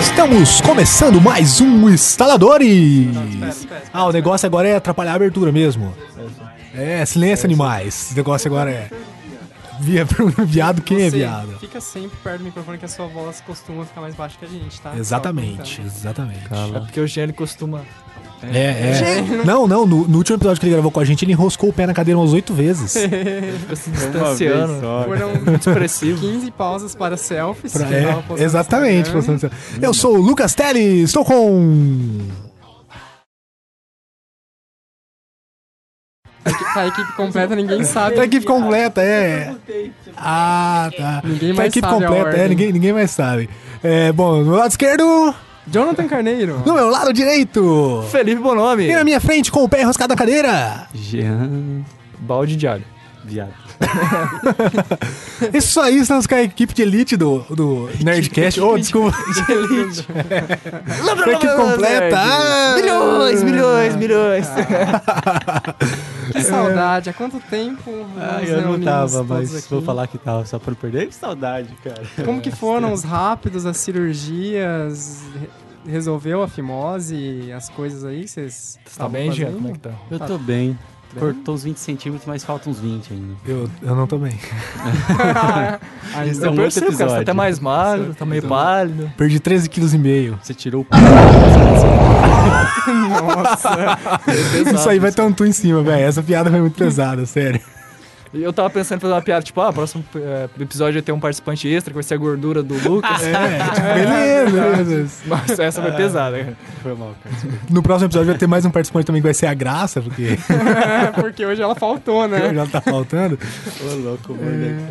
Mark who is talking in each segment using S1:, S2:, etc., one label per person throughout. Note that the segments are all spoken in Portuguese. S1: Estamos começando mais um Instaladores! Ah, o negócio agora é atrapalhar a abertura mesmo. É, silêncio animais. O negócio agora é. Via, viado, quem é
S2: Você
S1: viado?
S2: Fica sempre perto do microfone que a sua voz costuma ficar mais baixa que a gente, tá?
S1: Exatamente, exatamente.
S3: É porque o Gênio costuma.
S1: É, é. Não, não, no, no último episódio que ele gravou com a gente, ele enroscou o pé na cadeira umas oito vezes.
S3: Fica se
S4: Uma vez
S3: distanciando.
S4: só.
S2: Foram
S3: Expressivo.
S2: 15 pausas para selfies.
S1: Pra-
S2: que
S1: é,
S2: tava assim, né? postando
S1: exatamente.
S2: no Instagram.
S1: postando- Eu sou o Lucas Teles, estou com.
S2: Tá a equipe completa, ninguém sabe.
S1: Tá a equipe completa, é. Ah, tá.
S2: Ninguém
S1: Tá a
S2: mais
S1: equipe
S2: sabe a
S1: completa, é,
S2: ordem.
S1: ninguém, ninguém mais sabe. É, bom, no lado esquerdo,
S2: Jonathan Carneiro.
S1: no meu lado direito.
S3: Felipe Bonomi.
S1: E na minha frente, com o pé enroscado na cadeira.
S4: Jean.
S3: Balde de alho.
S4: Viado.
S1: Isso aí, estamos com a equipe de elite do, do Nerdcast. Ô, desculpa,
S3: Elite.
S1: a equipe completa. Ah,
S3: Milhões, milhões, milhões.
S2: Que saudade, há quanto tempo nós
S4: Ah, eu não
S2: reunimos
S4: tava,
S2: todos
S4: mas
S2: aqui?
S4: vou falar que tava só pra não perder Que saudade, cara.
S2: Como que foram os rápidos, as cirurgias? Re- Resolveu a fimose, as coisas aí que vocês
S3: Tá
S2: estavam
S3: bem, Jean?
S2: fazendo?
S3: Como é que tá?
S4: Eu tô bem. Cortou uns 20 centímetros, mas faltam uns 20 ainda.
S1: Eu, eu não tô bem.
S2: Aí,
S4: Esse é
S3: Eu
S4: um
S3: percebo,
S4: outro
S3: cara. Você tá
S4: episódio.
S3: até mais magro, tá meio pálido.
S1: Perdi 13,5 kg.
S4: Você tirou o p...
S3: é
S1: Isso aí vai ter um tu em cima, velho. Essa piada foi muito pesada, sério.
S3: E eu tava pensando em fazer uma piada, tipo, ah, próximo eh, episódio vai ter um participante extra, que vai ser a gordura do Lucas.
S1: É, tipo,
S2: é.
S1: beleza, beleza.
S3: Mas essa foi pesada, cara.
S4: Foi mal, cara.
S1: No próximo episódio vai ter mais um participante também que vai ser a Graça, porque
S2: É, porque hoje ela faltou, né?
S1: já tá faltando.
S4: Ô, louco, moleque.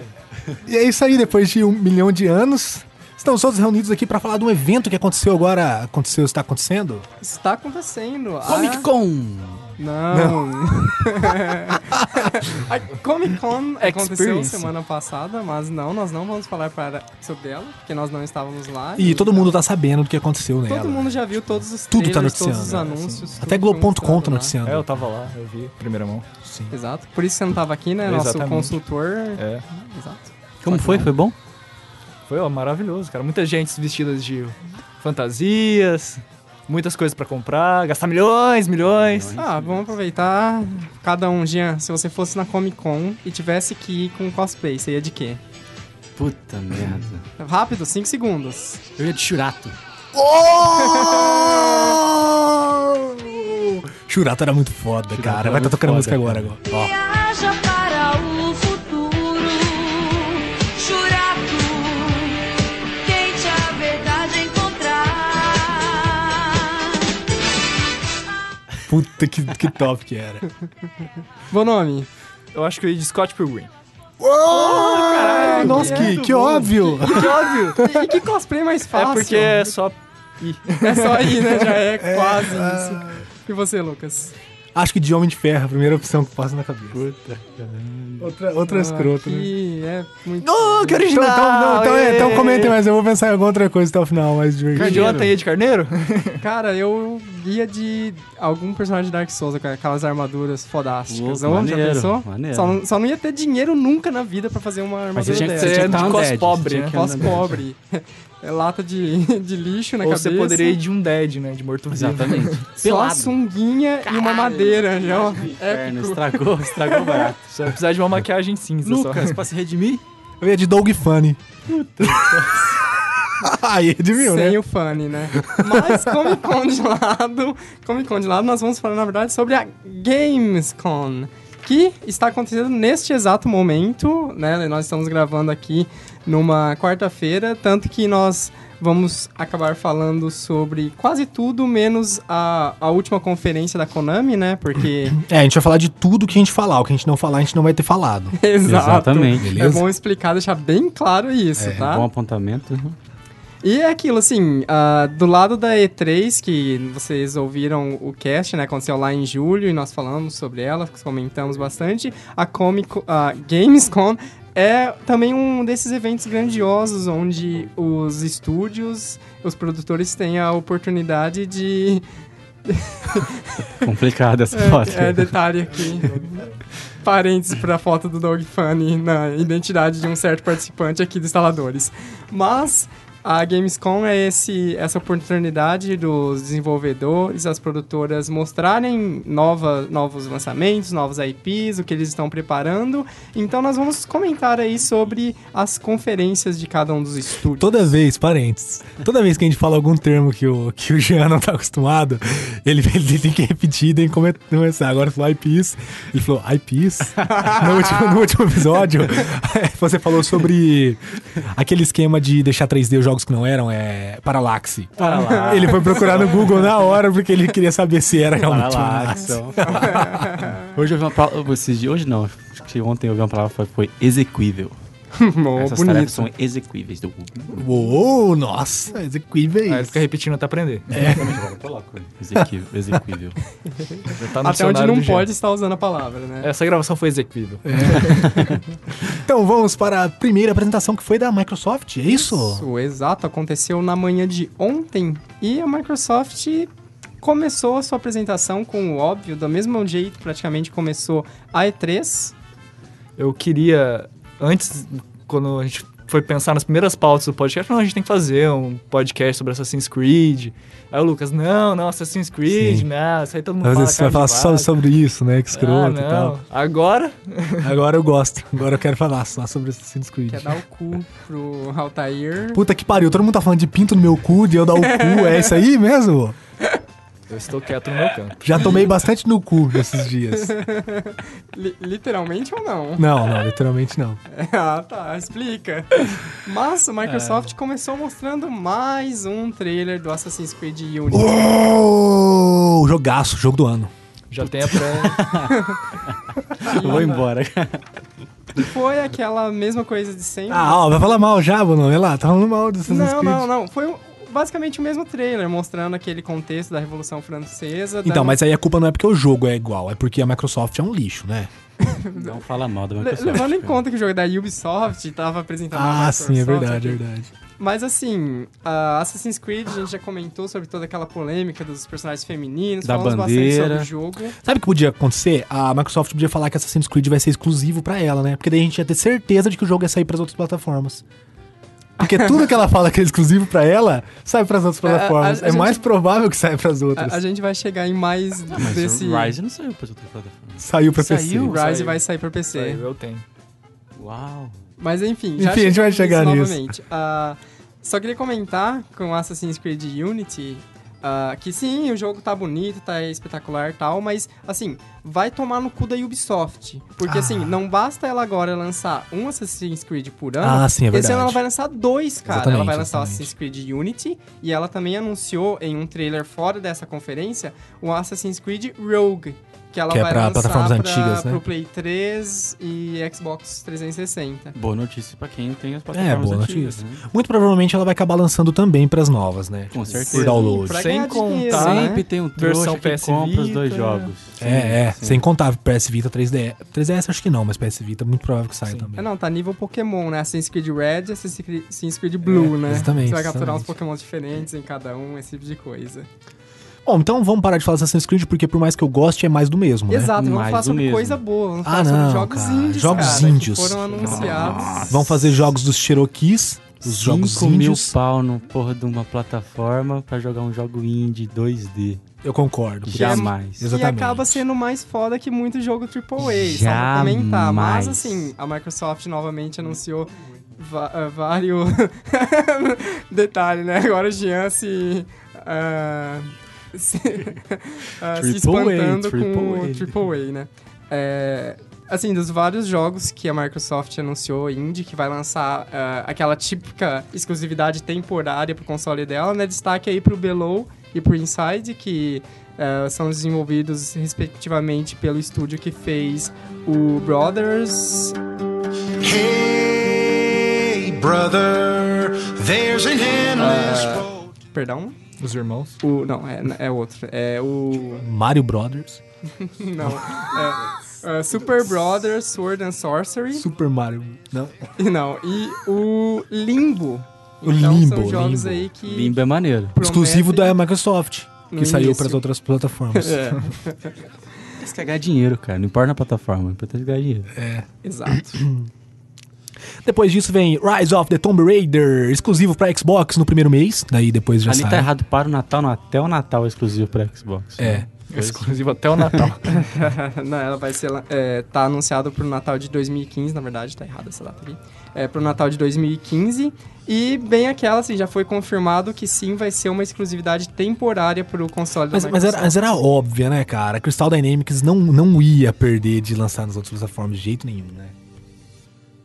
S1: E é isso aí, depois de um milhão de anos, estamos todos reunidos aqui pra falar de um evento que aconteceu agora. Aconteceu, está acontecendo?
S2: Isso tá acontecendo. Ah,
S4: Comic Con!
S2: Não. A Comic Con aconteceu
S3: Experience.
S2: semana passada, mas não, nós não vamos falar para- sobre ela, porque nós não estávamos lá.
S1: E todo mundo tá sabendo do que aconteceu nela.
S2: Todo mundo já viu todos os
S1: Tudo tá
S2: trailers,
S1: noticiando,
S2: todos os
S1: né,
S2: anúncios. tudo
S1: Até
S2: foi
S1: Globo.com tá
S2: mostrado lá.
S1: noticiando.
S3: É, eu tava lá, eu vi, primeira mão.
S1: Sim.
S2: Exato. Por isso você não estava aqui, né? Nosso
S3: Exatamente.
S2: consultor.
S3: É.
S2: Exato.
S4: Como foi? Foi Tá bom?
S3: Foi ó, maravilhoso, cara. Muita gente vestidas de fantasias, muitas coisas pra comprar, gastar milhões, milhões.
S2: Ah, vamos aproveitar cada um. Jean, se você fosse na Comic Con e tivesse que ir com cosplay, você ia de quê?
S4: Puta merda.
S2: Rápido, 5 segundos.
S4: Eu ia de churato.
S1: Oh! Churato era muito foda, cara.
S4: era
S1: Vai tá
S4: muito
S1: tocando
S4: foda,
S1: música agora.
S4: cara.
S1: agora. Ó.
S5: Viaja para o futuro, Churato, tente a verdade encontrar.
S1: Puta que, que top que era.
S2: Bom nome.
S3: Eu acho que eu ia de Scott Pilgrim.
S1: Ah, Nossa, que, que óbvio!
S3: Que óbvio!
S2: E que cosplay mais fácil?
S3: É porque é só...
S2: É só aí, né? Já é quase
S3: Ah.
S2: isso. E você, Lucas?
S1: Acho que de Homem de Ferro, a primeira opção que passa na cabeça.
S4: Puta caramba.
S1: Outra,
S3: É
S2: Ah,
S3: um
S1: outra escrota, né?
S2: Aqui é muito...
S3: Oh, que
S1: Então,
S3: original!
S1: então, não, então, é, então
S3: Ê!
S1: comentem, mas eu vou pensar em alguma outra coisa até o final, mais divertido.
S3: O Jonathan ia de carneiro?
S2: Cara, eu ia de algum personagem de Dark Souls, com aquelas armaduras fodásticas.
S4: Louco,
S2: não? Já
S4: maneiro,
S2: pensou?
S4: maneiro.
S2: Só, não- só não ia ter dinheiro nunca na vida pra fazer uma
S4: Mas você
S2: armadura
S4: tinha que
S2: dessa.
S3: Você
S4: ser
S3: é de cos pobre, né?
S2: Pós pobre. É lata de, de lixo na
S3: Ou
S2: cabeça.
S3: você poderia ir de um dead, né? De morto-vivo.
S4: Exatamente.
S2: Só a
S4: Pelado.
S2: sunguinha e uma madeira, já. ó.
S4: Inferno, estragou, estragou barato.
S3: Só ia precisar de uma maquiagem cinza
S4: Lucas,
S3: só.
S4: pra se redimir?
S1: Eu ia de Doug Funny. Aí é de mil,
S2: Sem
S1: né?
S2: o funny, né? Mas Comic Con de lado, Comic Con de lado, nós vamos falar, na verdade, sobre a Gamescom, que está acontecendo neste exato momento, né? Nós estamos gravando aqui numa quarta-feira, tanto que nós vamos acabar falando sobre quase tudo, menos a, a última conferência da Konami, né? Porque...
S1: É, a gente vai falar de tudo que a gente falar. O que a gente não falar, a gente não vai ter falado.
S2: Exato.
S4: Exatamente.
S2: É
S1: Beleza?
S2: bom explicar, deixar bem claro isso, tá?
S4: Bom apontamento.
S2: E é aquilo, assim, ah, do lado da E3, que vocês ouviram o cast, né? Aconteceu lá em julho e nós falamos sobre ela, comentamos bastante. A Comic a Gamescom é também um desses eventos grandiosos onde os estúdios, os produtores têm a oportunidade de.
S4: Complicada essa foto.
S2: É, detalhe aqui. Parênteses para a foto do Dog Funny na identidade de um certo participante aqui do Instaladores. Mas A Gamescom é esse, essa oportunidade dos desenvolvedores, as produtoras mostrarem nova, novos lançamentos, novos IPs, o que eles estão preparando. Então nós vamos comentar aí sobre as conferências de cada um dos estúdios.
S1: Toda vez, parênteses, toda vez que a gente fala algum termo que o, que o Jean não tá acostumado, ele, ele tem que repetir, tem que come- começar. Agora ele falou IPs, ele falou IPs no, último, no último episódio. Você falou sobre aquele esquema de deixar 3D os jogos que não eram, é Paralaxe.
S4: Paralaxe.
S1: Ele foi procurar no Google na hora porque ele queria saber se era realmente um Paralaxe.
S4: Paralaxão. hoje eu vi uma palavra. esses dias- Hoje não, acho que ontem eu vi uma palavra que foi exequível.
S2: Bom,
S4: Essas tarefas são exequíveis do Google.
S1: Uou, nossa, é
S3: Aí ele
S1: exequíveis.
S3: fica repetindo até aprender.
S1: É.
S4: Agora eu coloco. Exequível. exequível.
S3: Já tá
S2: Até
S3: no
S2: onde
S3: dicionário
S2: não
S3: do gênero.
S2: pode estar usando a palavra, né?
S3: Essa gravação foi exequível.
S1: É. Então vamos para a primeira apresentação que foi da Microsoft, é isso?
S2: Isso, exato. Aconteceu na manhã de ontem e a Microsoft começou a sua apresentação com o óbvio, do mesmo jeito praticamente começou a E3.
S3: Eu queria, antes, quando a gente foi pensar nas primeiras pautas do podcast, não, a gente tem que fazer um podcast sobre Assassin's Creed. Aí o Lucas, não, não, Assassin's Creed,
S1: Sim.
S3: não, isso aí todo mundo
S1: Às
S3: fala.
S1: vezes você vai
S3: cara
S1: falar
S3: de
S1: só
S3: vaca.
S1: sobre isso, né? Que
S3: ah,
S1: escroto e tal.
S3: não. Agora,
S1: Agora eu gosto. Agora eu quero falar só sobre Assassin's Creed.
S2: Quer é dar um o cu pro Altair.
S1: Puta que pariu, todo mundo tá falando de pinto no meu cu, de eu dar o cu, é isso aí mesmo?
S3: eu estou quieto no meu canto.
S1: Já tomei bastante no cu nesses dias.
S2: Li- literalmente ou não?
S1: Não, não, literalmente não.
S2: ah, tá, explica. Mas a Microsoft começou mostrando mais um trailer do Assassin's Creed Unity.
S1: Oh, jogaço, jogo do ano.
S3: Já tem a pré...
S4: Eu vou embora.
S2: E foi aquela mesma coisa de sempre.
S1: Oh. Ah, ó, vai falar mal já, Bruno, vai lá, tá falando mal do Assassin's
S2: Não,
S1: Creed.
S2: não, não. Foi o- basicamente o mesmo trailer, mostrando aquele contexto da Revolução Francesa.
S1: Então,
S2: dando-
S1: mas aí a culpa não é porque o jogo é igual, é porque a Microsoft é um lixo, né?
S4: Não fala mal da
S2: Le-
S4: Microsoft.
S2: levando em conta que o jogo é da Ubisoft tava apresentando na
S1: Ah,
S2: Microsoft
S1: sim, é verdade, é
S2: aqui.
S1: verdade.
S2: Mas assim, a Assassin's Creed, a gente já comentou sobre toda aquela polêmica dos personagens femininos,
S4: Da
S2: falamos
S4: bandeira.
S2: bastante sobre o jogo.
S1: Sabe o que podia acontecer? A Microsoft podia falar que Assassin's Creed vai ser exclusivo pra ela, né? Porque daí a gente ia ter certeza de que o jogo ia sair pras outras plataformas. Porque tudo que ela fala que é exclusivo pra ela, sai pras outras
S2: a- a
S1: plataformas. é
S2: gente-
S1: mais provável que saia pras outras.
S2: A, a gente vai chegar em mais
S4: Mas
S2: desse.
S4: o tá Rise não saiu pra outra plataforma.
S1: Saiu pra
S2: O
S1: PC.
S3: Saiu?
S2: Rise
S3: Saiu.
S2: vai sair pra PC.
S3: Saiu, eu tenho.
S4: Uau.
S2: Mas enfim,
S1: Enfim, a gente vai chegar
S2: nisso
S1: nisso.
S2: novamente. Ah, só queria comentar com Assassin's Creed Unity ah, que sim, o jogo tá bonito, tá espetacular e tal, mas assim, vai tomar no cu da Ubisoft. Porque
S1: Ah.
S2: assim, não basta ela agora lançar um Assassin's Creed por ano.
S1: Ah, sim, é
S2: Esse ano ela
S1: verdade.
S2: vai lançar dois, cara. ela
S1: Exatamente,
S2: vai lançar o
S1: exatamente.
S2: Assassin's Creed Unity e ela também anunciou em um trailer fora dessa conferência o Assassin's Creed Rogue, que ela
S1: Que é
S2: vai
S1: pra
S2: lançar
S1: plataformas
S2: pra,
S1: antigas, né?
S2: pro Play 3 e Xbox 360.
S4: Boa notícia pra quem tem as plataformas
S1: É, boa
S4: antigas, né?
S1: Muito provavelmente ela vai acabar lançando também pras novas, né?
S4: Com certeza.
S1: Por download.
S2: Pra
S3: Sem
S2: ganhar dinheiro,
S3: contar-
S2: né?
S4: Sempre tem um trouxa
S3: Versão
S4: que
S3: PS
S4: compra os dois
S3: Vita.
S4: jogos.
S1: é, é.
S4: Sim, sim.
S1: Sem contar PS Vita, 3DS. 3DS acho que não, mas PS Vita é muito provável que saia
S3: Sim.
S2: É,
S1: também.
S2: não, tá nível Pokémon, né? Assassin's Creed Red, Assassin's Creed, Assassin's Creed Blue, né?
S1: exatamente,
S2: Você vai capturar
S1: exatamente.
S2: uns Pokémon diferentes em cada um, esse tipo de coisa.
S1: Bom, então vamos parar de falar de Assassin's Creed, porque por mais que eu goste, é mais do mesmo, né?
S2: Exato, vamos
S4: Mais
S2: falar
S4: do
S2: sobre
S4: mesmo.
S2: coisa boa, vamos
S1: Ah,
S2: falar
S1: não,
S2: sobre jogos
S1: cara.
S2: índios,
S1: Jogos
S2: cara,
S1: índios.
S2: que foram anunciados.
S1: Vão fazer jogos dos Cherokees, os jogos
S4: 5 mil
S1: índios.
S4: pau no porra de uma plataforma pra jogar um jogo indie 2D.
S1: Eu concordo.
S4: Jamais.
S1: Exato.
S2: E
S1: Exatamente.
S2: acaba sendo mais foda que muito jogo AAA, só pra comentar. Mas
S4: Jamais.
S2: assim, a Microsoft novamente anunciou va- ah, vários. Detalhe, né? Agora o Jean se. ah, se, ah, se
S4: Triple A,
S2: espantando
S4: triple
S2: com o AAA, né? É, assim, dos vários jogos que a Microsoft anunciou, indie, que vai lançar ah, aquela típica exclusividade temporária pro console dela, né? Destaque aí pro Below e pro Inside, que ah, são desenvolvidos respectivamente pelo estúdio que fez o Brothers,
S6: Hey, brother, there's an endless road.
S2: perdão,
S3: Os irmãos.
S2: o não é, é outro, é o
S1: Mario Brothers.
S2: não é, ah, Super Brothers Sword and Sorcery,
S1: Super Mario. Não.
S2: não e o Limbo.
S1: O
S2: então são
S1: Limbo,
S2: jogos
S1: Limbo.
S2: aí que
S4: Limbo é maneiro.
S2: prometem-
S1: Exclusivo da Microsoft,
S2: No
S1: que saiu
S2: início.
S1: para as outras plataformas.
S2: É.
S4: é Tem que ganhar dinheiro, cara. Não importa na plataforma. O importante é ganhar dinheiro.
S2: Exato.
S1: Depois disso vem Rise of the Tomb Raider, exclusivo pra Xbox no primeiro mês. Daí depois já
S4: Ali
S1: sai.
S4: tá errado para o Natal, não. Até o Natal é exclusivo pra Xbox.
S1: É.
S3: Exclusivo até o Natal.
S2: Não, ela vai ser. lan- É, tá anunciado pro Natal de 2015, na verdade, tá errada essa data aqui. É, pro Natal de 2015. E bem aquela, assim, já foi confirmado que sim, vai ser uma exclusividade temporária pro console
S1: Mas,
S2: da
S1: mas era,
S2: Microsoft.
S1: mas era óbvia, né, cara? A Crystal Dynamics não, não ia perder de lançar nas outras plataformas de jeito nenhum, né?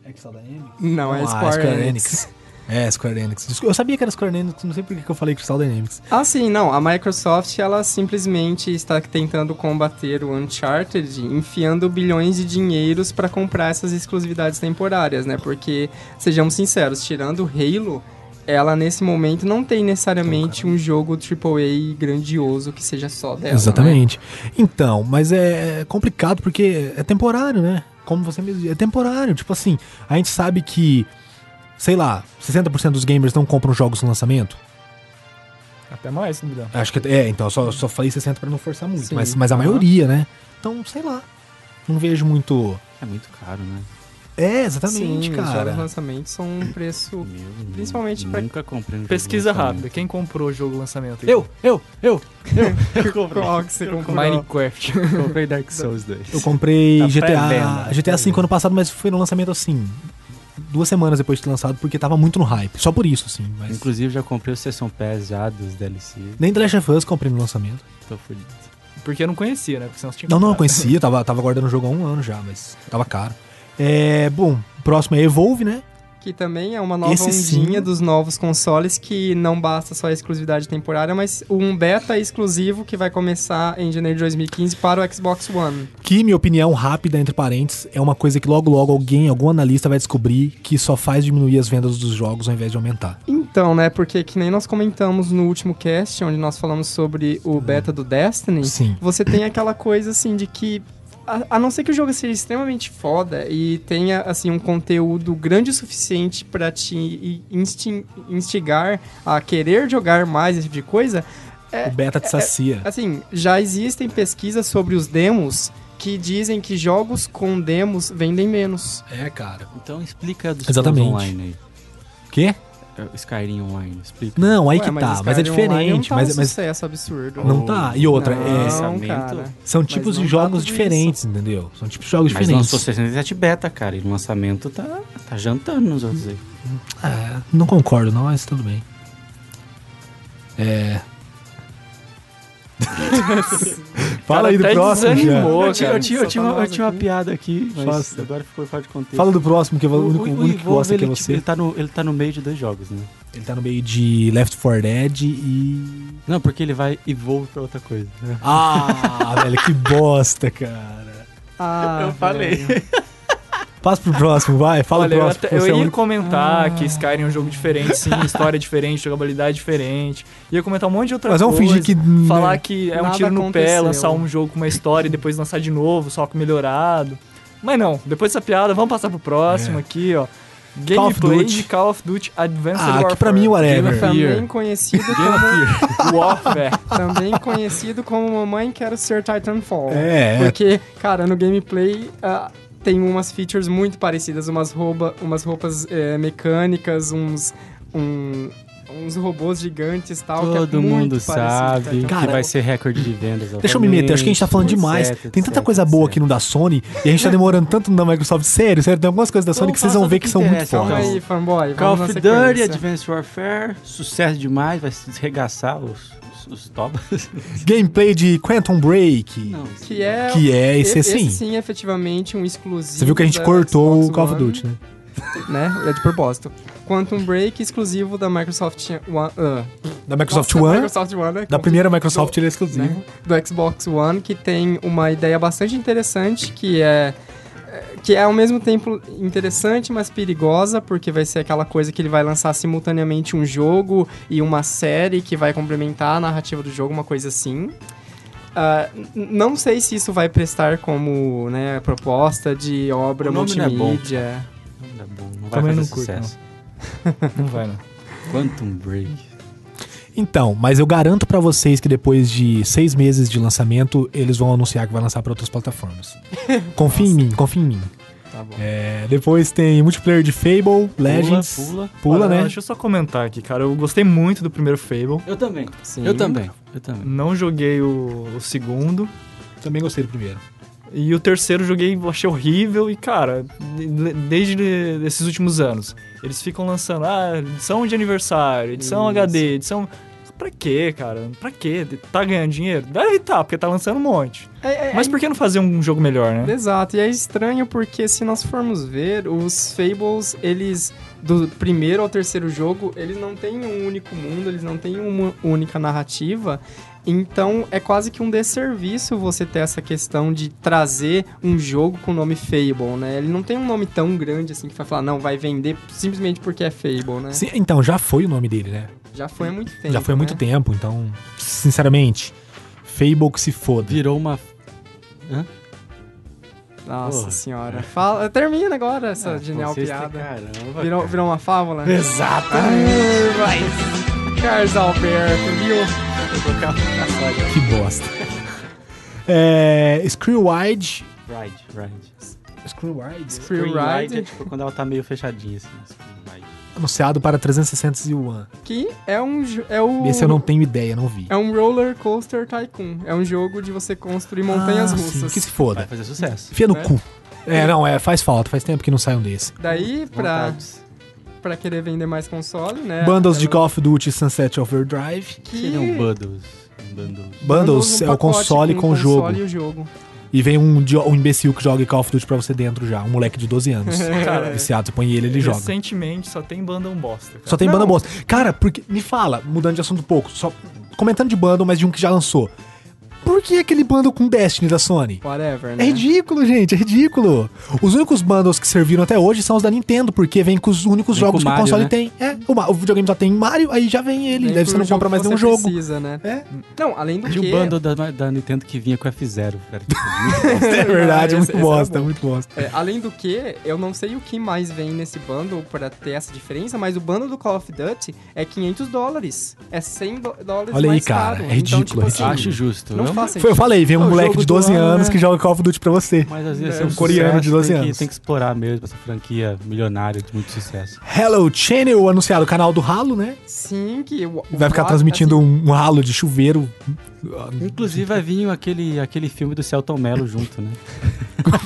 S1: É Crystal Dynamics?
S2: Não, é
S1: Ah,
S2: Square, Enix.
S1: É, Square Enix. Desculpa, Eu sabia que era Square Enix, não sei por que que eu falei Crystal Dynamics.
S2: Ah, sim, não. A Microsoft, ela simplesmente está tentando combater o Uncharted, enfiando bilhões de dinheiros para comprar essas exclusividades temporárias, né? Porque, sejamos sinceros, tirando o Halo, ela nesse momento não tem necessariamente um jogo AAA grandioso que seja só dela. né?
S1: Exatamente. Então, mas é complicado porque é temporário, né? Como você mesmo disse, é temporário. Tipo assim, a gente sabe que, sei lá, 60% dos gamers não compram jogos no lançamento.
S3: até mais, se duvidar.
S1: Acho que é, então, eu só, só falei 60 pra não forçar muito,
S2: Sim.
S1: mas, mas a maioria, né? Então, sei lá. Não vejo muito.
S4: É muito caro, né?
S1: É,
S2: Sim,
S1: exatamente,
S2: os jogos de
S1: cara.
S2: lançamento são um preço...
S4: Meu,
S2: Principalmente pra-
S4: Nunca comprei um
S3: Pesquisa
S4: jogo
S3: rápida. Quem comprou o jogo lançamento? aí?
S1: Eu, eu, eu.
S2: Qual que você comprou?
S3: Minecraft.
S4: lançamento. Comprei Dark Souls 2.
S1: Eu comprei
S3: Tá
S1: GTA,
S3: pré-venda.
S1: GTA V ano passado, mas foi no lançamento assim. Duas semanas depois de ter lançado, porque tava muito no hype. Só por isso, assim. Mas...
S4: Inclusive, já comprei o Sessão Pass já dos DLC.
S1: Nem The Last of Us comprei no lançamento.
S4: Tô fudido.
S3: Porque eu não conhecia, né? Porque senão você tinha
S1: Não, não, eu
S3: comprado.
S1: conhecia, tava, tava guardando o jogo há um ano já, mas tava caro. É, bom, próximo é Evolve, né?
S2: Que também é uma nova
S1: Esse sim.
S2: ondinha dos novos consoles que não basta só a exclusividade temporária, mas um beta exclusivo que vai começar em janeiro de 2015 para o Xbox One.
S1: Que, minha opinião rápida, entre parênteses, é uma coisa que logo logo alguém, algum analista vai descobrir que só faz diminuir as vendas dos jogos ao invés de aumentar.
S2: Então, né, porque que nem nós comentamos no último cast, onde nós falamos sobre o beta do Destiny,
S1: Hum. Sim.
S2: você tem aquela coisa assim de que a, a não ser que o jogo seja extremamente foda e tenha assim um conteúdo grande o suficiente pra te i- insti- instigar a querer jogar mais esse tipo de coisa, É,
S1: O beta te sacia.
S2: Assim, já existem pesquisas sobre os demos que dizem que jogos com demos vendem menos.
S1: É, cara.
S4: Então explica dos
S1: Exatamente.
S4: Souls online
S1: Quê?
S4: aí. É, Skyrim online, explica.
S1: Não, aí que
S2: Ué,
S1: tá, mas é
S2: Skyrim Online
S1: diferente.
S2: Não tá
S1: Mas,
S2: um
S1: mas
S2: sucesso absurdo.
S1: não tá. E outra, é,
S2: Não,
S4: lançamento.
S2: cara.
S1: são tipos
S2: não
S1: de
S2: tá
S1: jogos
S2: tudo
S1: diferentes, entendeu? São tipos de jogos
S4: Mas
S1: diferentes.
S4: lançou 67 beta, cara, e no lançamento tá, tá jantando nos outros aí.
S1: É, não concordo, não, mas tudo bem. É. Fala aí do
S3: até
S1: próximo, já.
S3: desanimou. Pô,
S4: eu, tinha, eu
S3: cara,
S4: tinha-
S2: só
S4: eu tinha
S2: tá
S4: uma, eu
S2: nós
S4: tinha uma
S2: aqui.
S4: piada aqui, mas
S1: Faça.
S4: agora ficou fora de contexto.
S1: Fala do próximo, que é o
S4: O-
S1: único,
S4: o- o
S1: o único que
S4: Evolve,
S1: gosta que é
S4: ele, tipo,
S1: você.
S4: Ele tá, no, ele tá no meio de dois jogos, né?
S1: Ele tá no meio de Left 4 Dead e.
S4: Não, porque ele vai e voa pra outra coisa.
S1: É.
S4: né?
S1: Ah, velho, que bosta, cara.
S2: Ah,
S4: eu falei.
S2: velho.
S1: Passa pro próximo, vai. Fala o
S3: Olha, eu,
S1: próximo.
S3: até-
S1: você
S3: eu
S1: é o
S3: ia
S1: único-
S4: Ah.
S3: comentar que Skyrim é um jogo diferente, sim, história diferente, jogabilidade diferente. Ia comentar um monte de outra
S1: Mas
S3: coisa.
S1: vamos fingir que. né?
S3: Falar que é um
S2: Nada
S3: tiro no pé,
S2: aconteceu.
S3: lançar um jogo com uma história e depois lançar de novo, só com melhorado. Mas não, depois dessa piada, vamos passar pro próximo
S1: É.
S3: aqui, ó.
S1: Call of
S3: Gameplay
S1: Duty.
S3: de Call of Duty Advanced
S1: Ah,
S3: Warfare.
S1: que pra mim,
S2: Também
S1: whatever.
S4: Fear.
S2: conhecido,
S3: Warfare.
S2: também conhecido como Mamãe Quero Ser Titanfall.
S1: É, é.
S2: Porque, cara, no gameplay ah, tem umas features muito parecidas, umas, rouba, umas roupas eh, mecânicas, uns. um- uns robôs gigantes e tal. que é
S4: Todo
S2: muito
S4: mundo
S2: parecido, tá então.
S4: sabe
S2: Titanfall.
S1: Cara,
S4: que vai ser recorde de vendas.
S1: Deixa eu me meter, acho que a gente tá falando
S4: etc,
S1: demais. Tem tanta
S4: etc,
S1: coisa boa
S4: etc.
S1: aqui no da Sony e a gente tá demorando tanto no da Microsoft. Sério, sério, tem algumas coisas da Sony
S4: Então
S1: que vocês
S4: fala
S1: vão
S4: só
S1: ver
S4: do
S1: que
S4: que
S1: são muito
S4: interessa,
S2: Calma
S1: fortes.
S2: aí, fanboy.
S4: Call
S2: vamos na
S4: of Duty,
S2: sequência.
S4: Advanced Warfare, sucesso demais, vai se regaçar os, os, os tobas.
S1: Gameplay de Quantum Break.
S2: Que é.
S1: Que é esse
S2: e-
S1: assim.
S2: sim, efetivamente, um exclusivo.
S1: Você viu que a gente
S2: da
S1: cortou
S2: Xbox
S1: o Call of
S2: One,
S1: Duty, né?
S2: né? É de propósito. Quantum Break exclusivo da Microsoft One. ah,
S1: Da Microsoft
S2: nossa,
S1: One.
S2: Microsoft One, né?
S1: Da
S2: Como-
S1: primeira Microsoft ele é exclusivo.
S2: né, do Xbox One que tem uma ideia bastante interessante que é é, que é ao mesmo tempo interessante, mas perigosa, porque vai ser aquela coisa que ele vai lançar simultaneamente um jogo e uma série que vai complementar a narrativa do jogo, uma coisa assim. Ah, n- não sei se isso vai prestar como né, proposta de obra
S4: O nome não é bom.
S2: multimídia.
S4: Tá bom, não vai
S3: Também
S4: fazer
S3: não curto,
S4: sucesso.
S3: Não vai, não.
S4: Quantum Break.
S1: Então, mas eu garanto pra vocês que depois de seis meses de lançamento, eles vão anunciar que vai lançar pra outras plataformas. Confia em mim, confia em mim.
S2: Tá bom.
S1: É, depois tem multiplayer de Fable, Legends.
S4: pula.
S1: Pula,
S3: Olha,
S1: né?
S3: Deixa eu só comentar aqui, cara. Eu gostei muito do primeiro Fable.
S4: Eu também.
S2: Sim.
S4: Eu também. Eu também.
S3: Não joguei o, o segundo.
S1: Também gostei do primeiro.
S3: E o terceiro joguei, achei horrível. E, cara, de- desde esses últimos anos, eles ficam lançando, ah, edição de aniversário, edição
S2: Isso.
S3: HD, edição. Pra quê, cara? Pra quê? Tá ganhando dinheiro? Deve tá, porque tá lançando um monte.
S2: É- é-
S3: Mas por que não fazer um jogo melhor, né?
S2: Exato, e é estranho porque se nós formos ver, os Fables, eles, do primeiro ao terceiro jogo, eles não têm um único mundo, eles não têm uma única narrativa. Então é quase que um desserviço você ter essa questão de trazer um jogo com o nome Fable, né? Ele não tem um nome tão grande assim que vai falar, não, vai vender simplesmente porque é Fable, né?
S1: Sim, então, já foi o nome dele, né?
S2: Já foi há muito tempo.
S1: já foi há muito
S2: né?
S1: tempo, então, sinceramente, Fable que se foda.
S4: Virou uma.
S2: Nossa
S4: Porra.
S2: senhora. Fala, termina agora essa
S1: Ah,
S2: genial
S4: Vocês têm-
S2: piada.
S4: Caramba.
S2: Virou, virou uma fábula? né?
S1: Exatamente.
S2: Carlos Alberto, viu?
S1: Que bosta. É, Screwwide.
S4: Ride, ride.
S1: Screwwide?
S2: Free
S4: é
S2: Ride,
S4: tipo quando ela tá meio fechadinha assim. screen ride.
S1: Anunciado para 360 e One.
S2: que é um jo- é o
S1: Esse eu não tenho ideia, não vi.
S2: é um roller coaster tycoon. É um jogo de você construir montanhas
S1: Ah, sim,
S2: russas.
S1: que se foda.
S4: Vai fazer sucesso.
S1: Fia no
S2: né?
S1: cu. É, não, é, faz falta, faz tempo que não sai um desse.
S2: Daí pra
S4: Vontades.
S2: para querer vender mais console, né?
S1: Bundles de
S2: Ela-
S1: Call of Duty e Sunset Overdrive.
S2: que
S4: Seria um bundles. Um bundles.
S1: Bundles
S2: um
S1: é o
S2: pacote
S1: console com o jogo.
S2: console e o jogo.
S1: E vem um, idi- um imbecil que joga Call of Duty pra você dentro já. Um moleque de 12 anos.
S2: É.
S3: Cara,
S1: Viciado, você põe ele, ele joga.
S3: Recentemente só tem bundle bosta. Cara.
S1: Só tem
S2: Não.
S1: banda bosta. Cara, porque. Me fala, mudando de assunto um pouco, só comentando de bundle, mas de um que já lançou. Por que aquele bundle com Destiny da Sony?
S2: Whatever,
S1: É
S2: né?
S1: ridículo, gente, é ridículo. Os únicos bundles que serviram até hoje são os da Nintendo, porque vem com os únicos
S4: Vem
S1: jogos
S4: com
S1: que o
S4: Mario,
S1: console
S4: né?
S1: tem. É, o, ma- o videogame só tem Mario, aí já vem ele.
S2: Nem
S1: Daí você
S2: pro
S1: não compra
S2: um que
S1: mais nenhum
S2: você
S1: jogo.
S2: Precisa, né?
S1: É.
S2: Não, além do
S4: Tinha
S2: que
S4: um bundle da, da Nintendo que vinha com F0, cara.
S1: É verdade, é
S2: Esse-
S1: muito
S2: esse era
S1: bosta,
S2: bom.
S1: muito bosta.
S2: É, além do que, eu não sei o que mais vem nesse bundle pra ter essa diferença, mas o bundle do Call of Duty é 500 dólares. É 100 do- dólares
S1: Olha aí,
S2: mais
S1: cara,
S2: caro.
S1: é ridículo, é
S2: então, tipo,
S1: ridículo.
S4: Acho justo.
S2: Não
S4: viu?
S2: faz sentido.
S1: Foi, eu falei, vem um
S4: É o
S1: moleque
S4: jogo
S1: de 12
S4: do ano,
S1: anos
S4: né?
S1: que joga Call of Duty pra você.
S4: Mas às vezes
S2: É,
S4: é
S2: um
S4: um
S1: coreano de 12
S4: tem
S1: anos.
S4: Que, tem que explorar mesmo essa franquia milionária de muito sucesso.
S1: Hello Channel, anunciado o canal do Halo, né?
S2: Sim, tá que... o- o
S1: Vai ficar
S2: fato,
S1: transmitindo um, um ralo de chuveiro.
S4: Inclusive vai vir aquele, aquele filme do Celton Mello junto, né?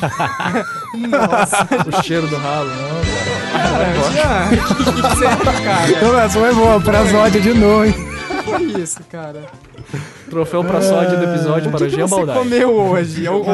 S2: assim, Nossa,
S3: O cheiro do ralo, não.
S2: cara, Jean, sério, cara.
S1: Não, essa foi boa, pra Zódia de novo, hein?
S2: Foi isso, cara.
S3: Troféu pra sódio do episódio
S2: O
S3: para
S2: que, que
S3: Jean
S2: você
S3: Baldai.
S2: comeu hoje? Eu,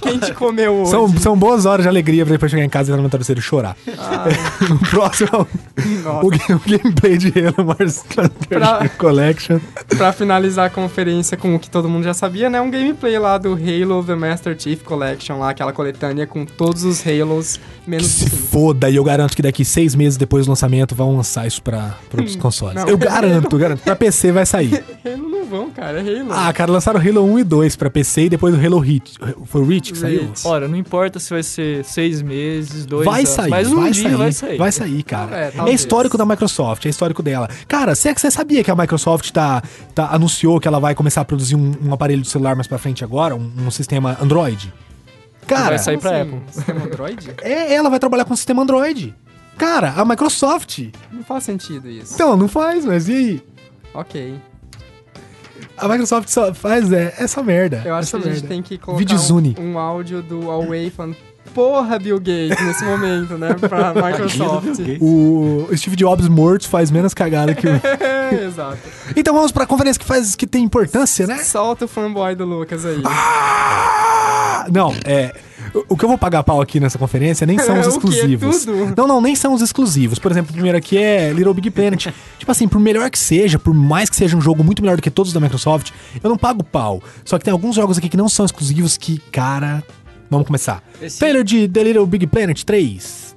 S2: quem te comeu hoje?
S1: São, são boas horas de alegria pra depois chegar em casa e entrar no travesseiro e chorar. no próximo,
S2: Ah.
S1: é
S2: Nossa.
S1: o, ga- o gameplay de Halo Mars
S2: Pra-
S1: Collection.
S2: pra finalizar a conferência com o que todo mundo já sabia, né? Um gameplay lá do Halo The Master Chief Collection, lá, aquela coletânea com todos os Halos,
S1: Que
S2: menos
S1: se
S2: cinco.
S1: foda, e eu garanto que daqui seis meses depois do lançamento vão lançar isso pra, pros consoles.
S2: Hum, não.
S1: Eu garanto, eu garanto. Pra PC vai sair.
S2: Halo não vão, cara. É Halo.
S1: Ah, cara, lançaram o Halo 1 e 2 pra PC e depois o Halo Reach. Foi o Reach que saiu?
S2: Reach.
S3: Olha, não importa se vai ser seis meses, dois
S1: Vai
S3: anos,
S1: sair,
S3: mas um
S1: vai,
S3: dia
S1: sair,
S3: vai sair.
S1: vai sair, cara.
S2: Ah, é,
S1: É,
S2: talvez.
S1: histórico da Microsoft, é histórico dela. Cara, você, você sabia que a Microsoft tá, tá- anunciou que ela vai começar a produzir um, um aparelho de celular mais pra frente agora, um, um sistema Android? Cara,
S3: Vai sair pra
S2: Como assim? Sistema Android?
S1: é, ela vai trabalhar com o sistema Android. Cara, a Microsoft.
S2: Não faz sentido isso.
S1: Então, não faz, mas e aí?
S2: Ok.
S1: A Microsoft só faz é, essa merda.
S2: Eu acho
S1: essa
S2: que é a gente
S1: merda.
S2: tem que
S1: Vídeo
S2: colocar
S1: Zuni.
S2: um, um áudio do Huawei falando Porra, Bill Gates, nesse momento, né?
S1: Tá
S2: Pra Microsoft.
S1: O Steve Jobs morto faz menos cagada que o.
S2: É, Exato.
S1: então vamos pra conferência que faz que tem importância, né?
S2: Solta o fanboy do Lucas aí.
S1: Ah, Não, é. o- O que eu vou pagar pau aqui nessa conferência nem são os
S2: O quê?
S1: exclusivos.
S2: Tudo?
S1: Não, não, nem são os exclusivos. Por exemplo, o primeiro aqui é Little Big Planet. tipo assim, por melhor que seja, por mais que seja um jogo muito melhor do que todos da Microsoft, eu não pago pau. Só que tem alguns jogos aqui que não são exclusivos que, cara. Vamos começar.
S4: Esse-
S1: Trailer de The Little Big Planet 3.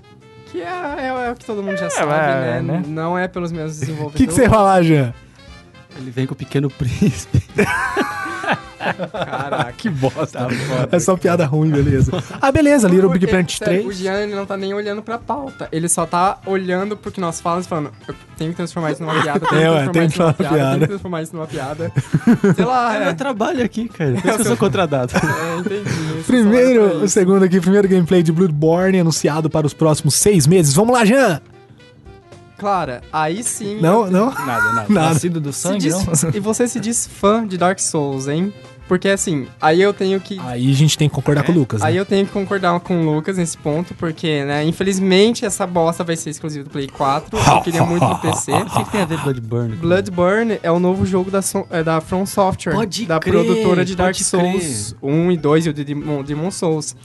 S2: Que é, é- é o que todo mundo já sabe, né?
S3: é, né?
S2: Não é pelos mesmos
S1: O que, é,
S2: desenvolvedores.
S1: que você ia falar, Jean?
S4: Ele vem com o Pequeno Príncipe.
S2: Caraca.
S4: Que bosta.
S1: É só piada ruim, beleza. Ah, beleza, Little Big Planet
S2: Sério, O
S1: 3.
S2: Jean ele não tá nem olhando pra pauta. Ele só tá olhando pro que nós falamos e falando: eu tenho que transformar isso numa piada.
S1: É, ué,
S2: Tenho
S1: tem
S2: que
S1: que
S2: transformar
S1: falar
S2: isso numa piada. Tenho
S1: piada.
S2: que transformar isso numa piada. Sei lá,
S4: Eu
S2: é.
S4: trabalho aqui, cara. Por isso que eu sou contratado.
S2: é entendi. Isso só era
S1: Primeiro,
S2: pra
S1: o
S2: isso.
S1: segundo aqui, primeiro gameplay de Bloodborne anunciado para os próximos seis meses. Vamos lá, Jean!
S2: Clara, aí sim.
S1: Não, não?
S4: Nada, nada.
S1: Nada.
S3: Nascido do
S2: Se
S3: sangue,
S2: diz,
S3: não?
S2: e você se diz fã de Dark Souls, hein? Porque assim, aí eu tenho que
S4: Ah,
S1: Aí a gente tem que concordar com o Lucas. né?
S2: Aí eu tenho que concordar com o Lucas nesse ponto, porque, né, infelizmente essa bosta vai ser exclusiva do Play 4. Eu queria muito no PC.
S4: O que tem a ver Bloodburn?
S2: Bloodborne é o novo jogo da, Son- é, da From Software,
S4: Pode
S2: da
S4: crer,
S2: produtora de
S4: pode
S2: Dark
S4: crer.
S2: Souls 1 e 2 e o de Demon, Demon Souls.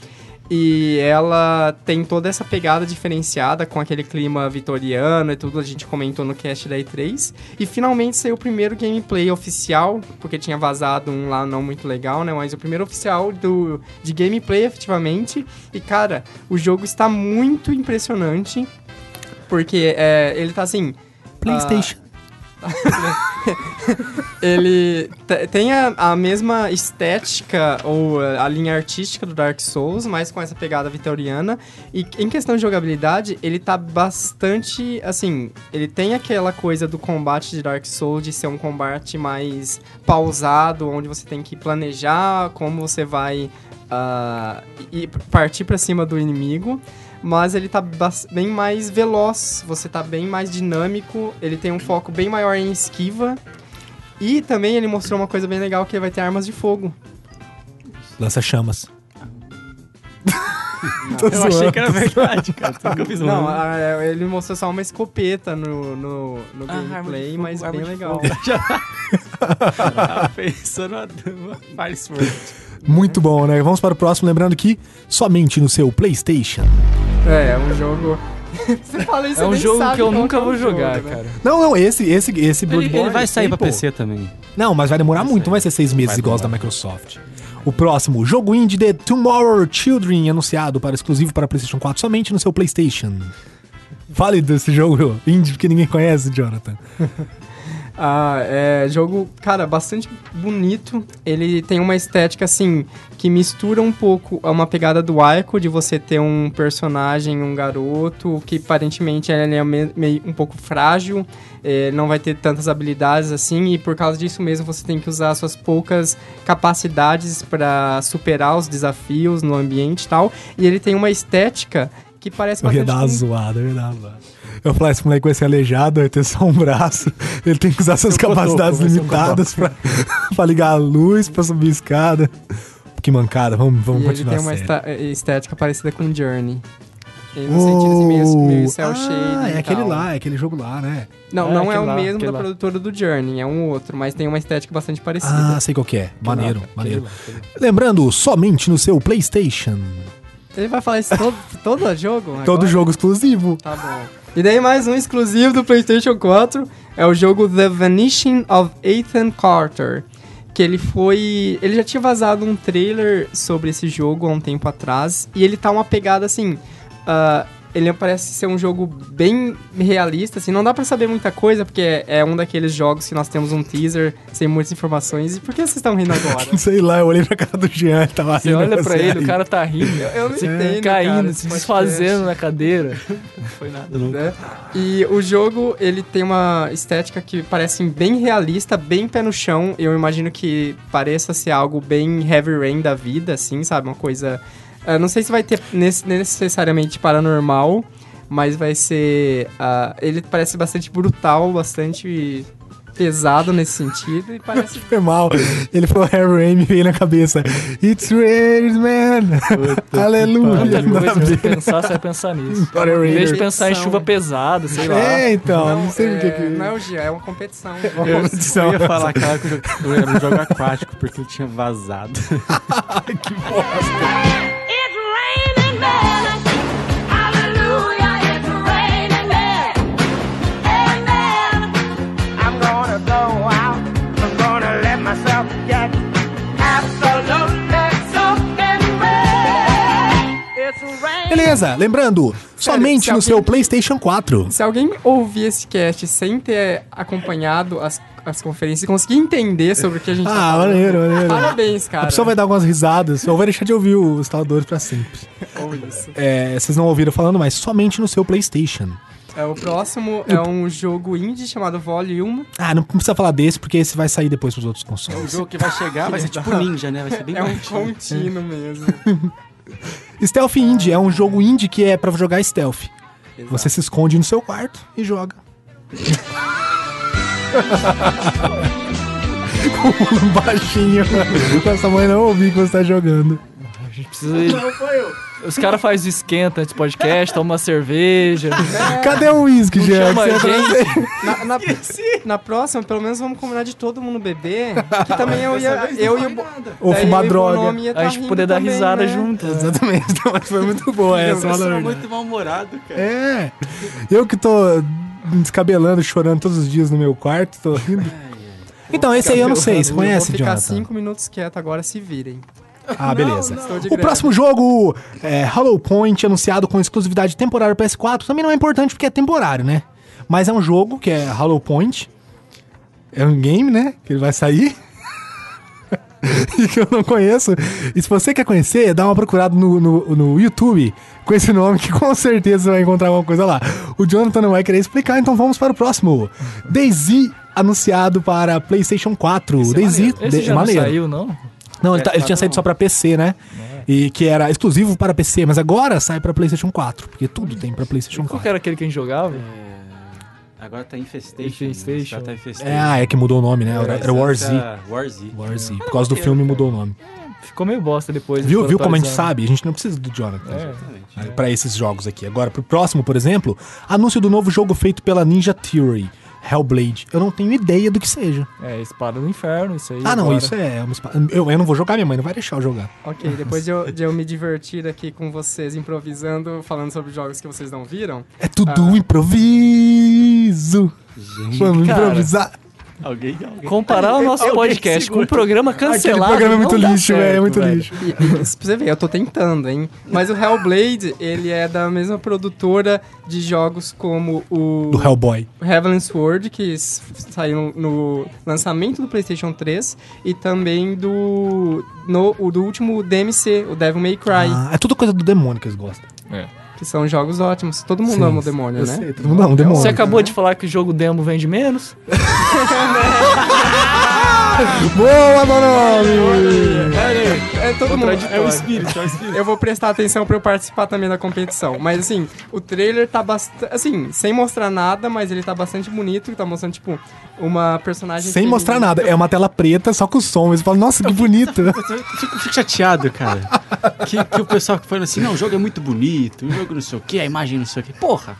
S2: E ela tem toda essa pegada diferenciada com aquele clima vitoriano e tudo, a gente comentou no cast da E3. E finalmente saiu o primeiro gameplay oficial, porque tinha vazado um lá não muito legal, né? Mas o primeiro oficial do, de gameplay, efetivamente. E, cara, o jogo está muito impressionante, porque é, ele tá assim...
S1: PlayStation.
S2: ele te- tem a, a mesma estética ou eh, a linha artística do Dark Souls, mas com essa pegada vitoriana. E em questão de jogabilidade, ele tá bastante assim. Ele tem aquela coisa do combate de Dark Souls de ser um combate mais pausado, onde você tem que planejar como você vai ah, e partir pra cima do inimigo. Mas ele tá bas- bem mais veloz, você tá bem mais dinâmico, ele tem um foco bem maior em esquiva. E também ele mostrou uma coisa bem legal que vai ter armas de fogo.
S1: Lança chamas.
S4: Eu achei que era verdade, cara. Tudo que eu fiz
S3: Uhum.
S2: Não,
S4: mano.
S2: a- a- ele mostrou só uma escopeta no, no, no
S4: Ah, arma de
S2: gameplay,
S4: fogo,
S2: mas
S4: arma
S2: bem
S4: de
S2: legal.
S4: fogo. Já pensou numa numa Farnsworth.
S1: Muito bom, né? Vamos para o próximo, lembrando que somente no seu PlayStation.
S2: É, é um jogo. você fala isso,
S3: É
S2: você
S3: um
S2: nem
S3: jogo
S2: sabe
S3: que eu
S2: qual
S3: nunca
S2: é o
S3: vou
S2: jogo,
S3: jogar,
S2: né?
S3: cara.
S1: Não, não, esse, esse, esse Bloodborne. Apple.
S4: também.
S1: Não, mas vai demorar muito,
S2: é.
S1: não vai ser seis meses
S4: Vai
S1: igual os da
S4: demorar.
S1: Microsoft. O próximo, jogo indie The Tomorrow Children, anunciado para exclusivo para PlayStation 4 somente no seu PlayStation. Fale desse jogo indie que ninguém conhece, Jonathan.
S2: Ah, é jogo, cara, bastante bonito. Ele tem uma estética, assim, que mistura um pouco a uma pegada do Ico, de você ter um personagem, um garoto, que aparentemente ele é me- meio um pouco frágil, eh, não vai ter tantas habilidades assim, e por causa disso mesmo você tem que usar suas poucas capacidades para superar os desafios no ambiente e tal. E ele tem uma estética que parece
S1: Eu ia dar uma
S2: bastante com-
S1: zoada, eu ia dar uma zoada. Eu falei, esse moleque vai ser aleijado, vai ter só um braço. Ele tem que usar suas capacidades
S2: um
S1: limitadas pra, pra ligar a luz, pra subir a escada. Que mancada, vamos, vamos
S2: E ele
S1: continuar
S2: tem
S1: a
S2: uma
S1: série.
S2: esta- é, estética parecida com Journey. E no sentido assim, meio, meio
S1: Uou!
S2: cel shading
S1: Ah,
S2: e
S1: é aquele
S2: tal.
S1: lá, é aquele jogo lá, né?
S2: Não,
S3: É,
S2: não é
S3: aquele
S2: o
S3: lá,
S2: mesmo da
S3: aquele lá.
S2: produtora do Journey, é um outro, mas tem uma estética bastante parecida.
S1: Ah, sei qual que é. Maneiro, maneiro. Lembrando, somente no seu PlayStation.
S2: Ele vai falar isso todo, todo jogo? agora?
S1: Todo jogo exclusivo.
S2: Tá bom. E daí mais um exclusivo do PlayStation 4 é o jogo The Vanishing of Ethan Carter. Que ele foi. Ele já tinha vazado um trailer sobre esse jogo há um tempo atrás. E ele tá uma pegada assim. ah, ele parece ser um jogo bem realista, assim. Não dá pra saber muita coisa, porque é, é um daqueles jogos que nós temos um teaser sem muitas informações. E por que vocês estão rindo agora?
S1: Sei lá, eu olhei pra cara do Jean, ele tava
S3: Você
S1: rindo, assim,
S3: olha
S1: eu
S3: pra
S1: sei.
S3: ele, o cara tá rindo.
S2: Eu não
S3: Você
S2: entendo,
S3: caindo,
S2: cara, esse podcast.
S3: se desfazendo na cadeira.
S2: né? E o jogo, ele tem uma estética que parece bem realista, bem pé no chão. Eu imagino que pareça ser algo bem Heavy Rain da vida, assim, sabe? Uma coisa... ah, não sei se vai ter nesse- necessariamente paranormal, mas vai ser... ah, ele parece bastante brutal, bastante pesado nesse sentido. E parece...
S1: Foi mal. Ele falou Harry Rain me veio na cabeça. It's raining, man. Aleluia.
S3: Tanta coisa pra
S1: Nada a
S3: você
S1: ver.
S3: pensar, você vai pensar nisso.
S1: Glória,
S3: Em vez de
S1: Raider.
S3: pensar em
S2: né?
S3: chuva pesada, sei lá.
S1: É, então, não, sei
S2: é,
S1: o que que...
S2: Não é o Gia, é uma competição.
S1: Uma competição.
S4: Eu ia falar, cara, que o jogo- era um jogo aquático, porque ele tinha vazado.
S5: It's raining men. Hallelujah, it's raining men. Amen.
S7: I'm gonna go out. I'm gonna let myself get absolutely soaking wet. It's raining.
S1: Beleza, lembrando, somente
S2: se
S1: no
S2: alguém-
S1: seu PlayStation 4.
S2: Se alguém ouvir esse cast sem ter acompanhado as, as conferências e conseguir entender sobre o que a gente tá
S1: Ah, maneiro, maneiro. A
S2: Parabéns, cara.
S1: pessoa vai dar algumas risadas ou vai deixar de ouvir os instaladores pra sempre.
S2: Ou isso.
S1: É, vocês não ouviram falando, mas somente no seu PlayStation.
S2: É, o próximo é um jogo indie chamado Volume. um.
S1: Ah, não precisa falar desse porque esse vai sair depois pros outros consoles.
S4: O jogo que vai chegar vai ser tipo ninja, né? Vai ser bem
S2: É um
S4: bonitinho.
S2: contínuo mesmo.
S1: Stealth Indie é um jogo indie que é pra jogar stealth. Você se esconde no seu quarto e joga. Com um baixinho, mano. Essa mãe não ouvi que você tá jogando.
S3: A gente precisa. Os caras fazem esquenta antes do podcast, toma uma cerveja.
S2: É,
S1: Cadê o uísque, Jean?
S3: chama
S1: Que você
S3: a
S1: tá ia
S3: gente.
S1: trazer?
S2: Na, na- na próxima, pelo menos vamos combinar de todo mundo beber. Que também eu ia. Eu e o. Bo-
S1: Ou
S2: daí
S1: fumar
S2: eu e o
S1: droga.
S2: Bonomi ia tá
S3: A gente
S2: rindo
S3: poder dar
S2: também,
S3: risada
S2: né?
S3: junto.
S1: Exatamente, então, mas foi muito boa essa.
S4: Você
S1: fala a
S4: tá
S1: verdade.
S4: muito mal-humorado, cara.
S1: É, eu que tô me descabelando, chorando todos os dias no meu quarto, tô rindo. Então, esse aí eu não sei, você
S2: Vou
S1: conhece,
S2: ficar
S1: Jonathan?
S2: cinco minutos quieto agora, se virem.
S1: Ah, beleza.
S2: não. Estou de
S1: O
S2: greve.
S1: próximo jogo é Hollow Point, anunciado com exclusividade temporária para PS4. Também não é importante porque é temporário, né? Mas é um jogo que é Hollow Point. É um game, né? Que ele vai sair. e que eu não conheço. E se você quer conhecer, dá uma procurada no, no, no YouTube com esse nome, que com certeza você vai encontrar alguma coisa lá. O Jonathan não vai querer explicar, então vamos para o próximo. Daisy anunciado para PlayStation 4. Daisy,
S3: Esse
S1: de- é
S3: já não
S1: maneiro.
S3: saiu, não?
S1: Não, ele, tá- ele tinha saído só pra PC, né? E que era exclusivo para PC, mas agora sai pra PlayStation 4, porque tudo tem pra PlayStation
S3: Qual
S1: 4.
S3: que era aquele que a gente jogava?
S4: É, Agora tá Infestation.
S3: Infestation.
S4: Agora tá Infestation.
S1: É, ah, é que mudou o nome, né? Era, era War Z.
S4: Essa- é War Z.
S1: War Z. Por causa do filme mudou o nome.
S3: Ficou meio bosta depois.
S1: Viu,
S3: eles
S1: viu
S3: foram
S1: como a gente
S3: atualizando.
S1: sabe? A gente não precisa do Jonathan.
S3: É.
S1: Aí, Pra esses jogos aqui. Agora, pro próximo, por exemplo, anúncio do novo jogo feito pela Ninja Theory, Hellblade. Eu não tenho ideia do que seja.
S3: É, espada do inferno, isso aí.
S1: Ah, não,
S3: agora.
S1: isso é uma espada. Eu, eu não vou jogar, minha mãe não vai deixar eu jogar.
S2: Ok, depois de eu, de eu me divertir aqui com vocês, improvisando, falando sobre jogos que vocês não viram.
S1: É tudo improviso. Vamos
S3: cara.
S1: improvisar.
S4: Alguém, alguém.
S3: Comparar o nosso
S4: Alguém
S3: podcast com
S4: segura.
S3: um programa
S1: é- Aquele
S3: cancelado.
S1: programa é muito
S3: não dá
S1: lixo, velho. É
S3: certo,
S1: muito lixo.
S2: E, e, se você ver, eu tô tentando, hein? Mas o Hellblade, ele é da mesma produtora de jogos como o
S1: Do Hellboy.
S2: Heavenly Sword, que s- saiu no lançamento do PlayStation 3, e também do, no, o do último DMC, o Devil May Cry,
S1: Ah, é tudo coisa do demônio que eles gostam.
S2: que são jogos ótimos. Todo mundo
S1: Sim,
S2: ama o demônio,
S1: eu
S2: né?
S1: sei, todo mundo ama o demônio.
S3: Você acabou de falar que o jogo demo vende menos?
S1: Boa, Bonomi!
S2: É todo mundo.
S3: Contraditório.
S2: É o espírito, é o espírito. Eu vou prestar atenção pra eu participar também da competição. Mas assim, o trailer tá bastante. Assim, sem mostrar nada, mas ele tá bastante bonito. Tá mostrando, tipo, uma personagem.
S1: Sem
S2: feminina.
S1: mostrar nada. É uma tela preta, só com som. Você fala, nossa, que bonito.
S4: Eu fico, fico chateado, cara. que, que o pessoal que falando assim, não, o jogo é muito bonito, o jogo não sei o que, a imagem não sei o que. Porra,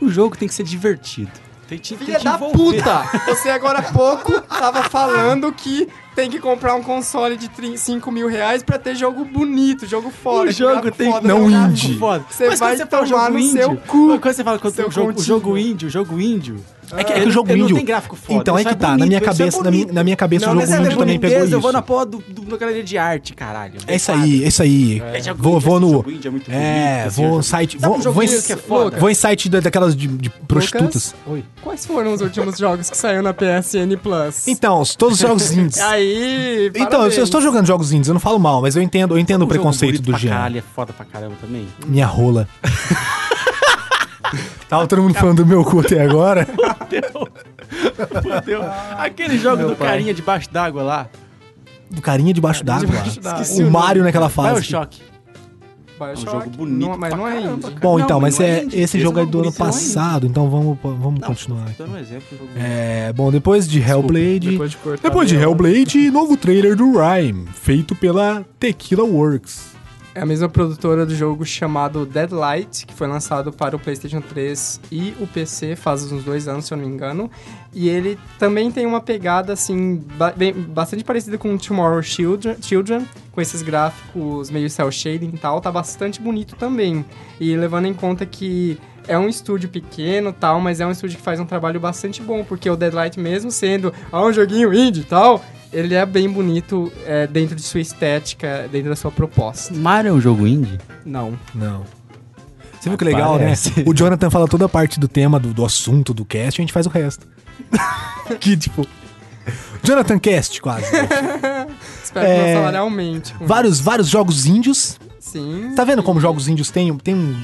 S4: o jogo tem que ser divertido. Tem que, tem
S2: Filha
S4: que
S2: da
S4: envolver.
S2: puta! Você agora há pouco tava falando que tem que comprar um console de 30 5 mil reais pra ter jogo bonito, jogo foda.
S4: O jogo
S2: gráfico
S4: tem
S2: foda,
S1: não
S2: gráfico
S1: indie.
S2: foda. Você
S4: Mas
S2: vai
S4: quando fala
S2: tomar
S4: jogo
S2: no
S4: indie,
S2: seu cu.
S4: Quando você fala quando
S2: seu
S4: o jogo, o
S2: continho.
S4: jogo índio, o jogo índio.
S1: É que, é que o jogo
S4: ele
S1: índio.
S4: não tem gráfico foda.
S1: então é
S4: só
S1: que tá. na
S4: bonito,
S1: minha
S4: isso é
S1: cabeça, na, minha,
S4: bonito.
S1: na minha cabeça,
S4: Não,
S1: o
S4: mas
S1: jogo
S4: é
S1: índio também
S4: boniteza,
S1: pegou isso.
S4: Eu vou na porra do, do, do galeria de arte, caralho.
S1: É isso aí, é isso aí.
S4: É jogo
S1: Vou, vou
S4: índio, esse
S1: no.
S4: jogo índio é muito
S1: É,
S4: bonito, esse
S1: vou
S4: jogo
S1: em site.
S4: Sabe
S1: Vou,
S4: um jogo
S1: vou, em,
S4: índio que é foda?
S1: vou em site da- daquelas de, de prostitutas. Oi.
S2: Quais foram os últimos jogos que saíram na PSN Plus?
S1: Então, todos os jogos indies.
S2: Aí,
S1: Então, eu, eu estou jogando jogos indies, eu não falo mal, mas eu entendo, eu entendo o
S4: Um jogo
S1: preconceito
S4: bonito
S1: do
S4: pra
S1: gênero.
S4: caralho, É foda pra caramba também.
S1: Minha rola. Tava todo mundo falando do meu cu até agora.
S4: Entendeu? Aquele jogo do carinha debaixo d'água lá.
S1: Do carinha debaixo d'água.
S2: Debaixo d'água.
S1: O Mario naquela
S4: Vai o
S1: fase.
S4: choque.
S2: Bioshock,
S4: É um jogo bonito
S2: não- mas
S4: pra
S2: não é
S4: caramba,
S2: indie.
S4: cara.
S1: Bom,
S4: Não,
S1: então, mas
S4: não é
S1: é,
S4: indie.
S1: esse jogo é do ano
S4: bonito não é indie.
S1: passado, então vamos, vamos
S4: Não,
S1: continuar.
S4: Dando um exemplo. jogo bonito.
S1: É, bom, depois de Hellblade.
S3: Depois de cortar.
S1: depois de
S3: meia hora.
S1: Hellblade, novo trailer do Rhyme, feito pela Tequila Works.
S2: É a mesma produtora do jogo chamado Deadlight, que foi lançado para o PlayStation 3 e o PC faz uns dois anos, se eu não me engano. E ele também tem uma pegada, assim, ba- bem- bastante parecida com Tomorrow Children, Children, com esses gráficos meio cel shading e tal. Tá bastante bonito também. E levando em conta que é um estúdio pequeno e tal, mas é um estúdio que faz um trabalho bastante bom, porque o Deadlight, mesmo sendo ah, um joguinho indie e tal. Ele é bem bonito é, dentro de sua estética, dentro da sua proposta.
S4: Mario é um jogo indie?
S2: Não.
S1: Não. Você viu que legal,
S4: Parece.
S1: né? O Jonathan fala toda a parte do tema, do, do assunto, do cast, e a gente faz o resto. que tipo. Jonathan Cast, quase.
S2: Espero que
S1: É.
S2: meu salário aumente. com-
S1: vários, vários jogos índios.
S2: Sim.
S1: Tá vendo como jogos índios tem, tem um.